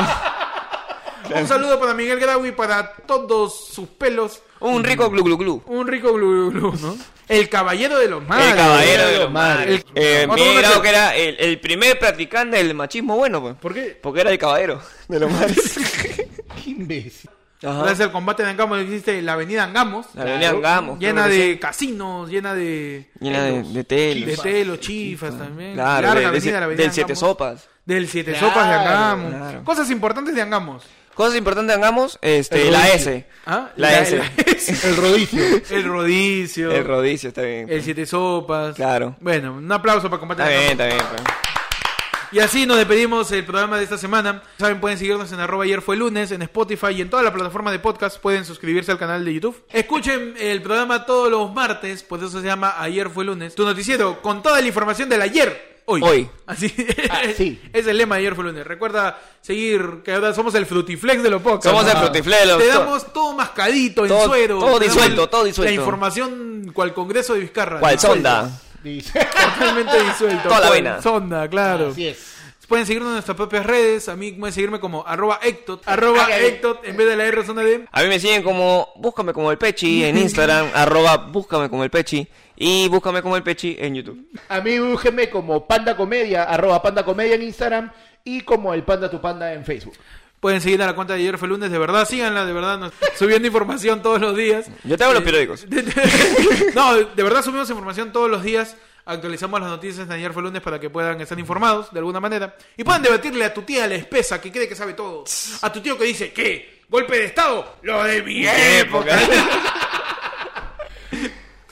como- Un saludo para Miguel Grau y para todos sus pelos. Un rico glu glu glu. Un rico glu, glu, glu, ¿no? El caballero de los mares. el caballero de los madre. mares. El- Eh, Otro mira, nombre. que era el, el primer practicante del machismo bueno, pues. ¿Por qué? Porque era el caballero de los mares. Qué imbécil. Ajá. Gracias al combate de Angamos existe la avenida Angamos. La avenida Angamos, Llena creo que de casinos, llena de... Llena de, de De telos. telos, chifas también. Claro, Larga de- de avenida, si- la avenida del Siete Angamos. Sopas. Del Siete Claro, Sopas de Angamos. claro. Cosas importantes de Angamos. Cosas importantes de Angamos, este, El la rodillo. S. ¿Ah? La, S. El rodicio. El rodicio. El El, rodicio, está bien. Siete Sopas. Claro. Bueno, un aplauso para combate Está de bien, Angamos. está bien. pues. Y así nos despedimos el programa de esta semana. Saben, pueden seguirnos en arroba ayer fue lunes, en Spotify y en toda la plataforma de podcast. Pueden suscribirse al canal de YouTube. Escuchen el programa todos los martes, por eso se llama Ayer fue lunes. Tu noticiero con toda la información del ayer. Hoy. Hoy. Así Ah, sí. es el lema de ayer fue lunes. Recuerda seguir, que ahora somos el frutiflex de los podcasts. Somos el Ah. Frutiflex de los- Te damos todo mascadito, en Todo- suero. todo Te damos disuelto, todo La disuelto. información cual Congreso de Vizcarra. ¿Cuál Disuelto. sonda? Dice. Totalmente disuelto. Toda la cual vaina. Sonda, claro. Así es. Pueden seguirnos en nuestras propias redes. A mí pueden seguirme como arroba ectot. Arroba Ah, Ay, ay, ay. ectot en vez de la R son de... A mí me siguen como Búscame como el Pechi en Instagram, arroba Búscame como el Pechi y Búscame como el Pechi en YouTube. A mí búsquenme como Panda Comedia, arroba Panda Comedia en Instagram y como el Panda tu Panda en Facebook. Pueden seguir a la cuenta de ayer fue lunes. De verdad, síganla. De verdad, nos- subiendo información todos los días. Eh, Yo te hago los periódicos. no, de verdad subimos información todos los días. Actualizamos las noticias de ayer fue lunes para que puedan estar informados de alguna manera. Y puedan debatirle a tu tía la espesa que cree que sabe todo. A tu tío que dice, ¿qué? ¿Golpe de Estado? Lo de mi época. Un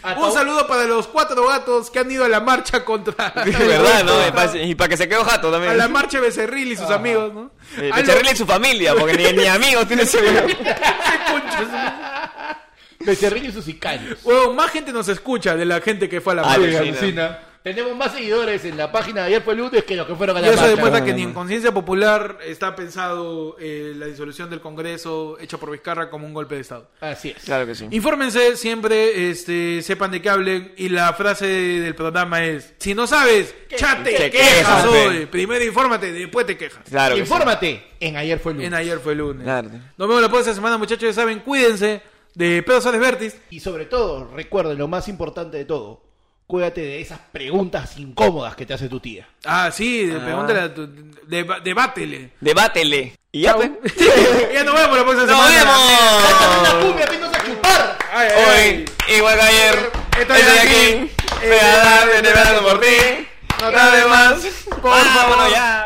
Ataúd- saludo para los cuatro gatos que han ido a la marcha contra... Es verdad, ¿no? Y pa- Y para que se quede jato A la también. marcha Becerril y sus amigos, ¿no? Pues. Eh, Algo- Becerril y su familia, porque ni, ni amigos tiene ese video. Ese concha, Becerril y sus sicarios. Huevón, más gente nos escucha de la gente que fue a la Ah, marcha. sí, Y Alucina. Tenemos más seguidores en la página de ayer fue lunes que los que fueron a la eso marcha. demuestra weón. que ni en conciencia popular está pensado eh, la disolución del Congreso hecha por Vizcarra como un golpe de Estado. Así es. Claro que sí. Infórmense siempre, este, sepan de qué hablen y la frase del programa es, si no sabes, ya te, Te quejas quejas, hoy. pe. Primero infórmate, después te quejas. Claro que sí. Infórmate en ayer fue lunes. En ayer fue lunes. Claro. Nos vemos la próxima semana, muchachos, ya saben, cuídense de Pedro Sales Vértiz. Y sobre todo, recuerden lo más importante de todo, cuídate de esas preguntas incómodas que te hace tu tía. Ah, sí, de- Ah. pregúntale a tu- deba- debátele. Debátele. Y ya, pues. ya nos vemos la próxima ¡Nos semana. vemos! ¡Una cumbia, vete a chupar! Ay, ay, ay. Hoy, igual que ayer, Estoy estoy, aquí, aquí, voy a dar de verano por ti, No no te tarde más, por favor. ya.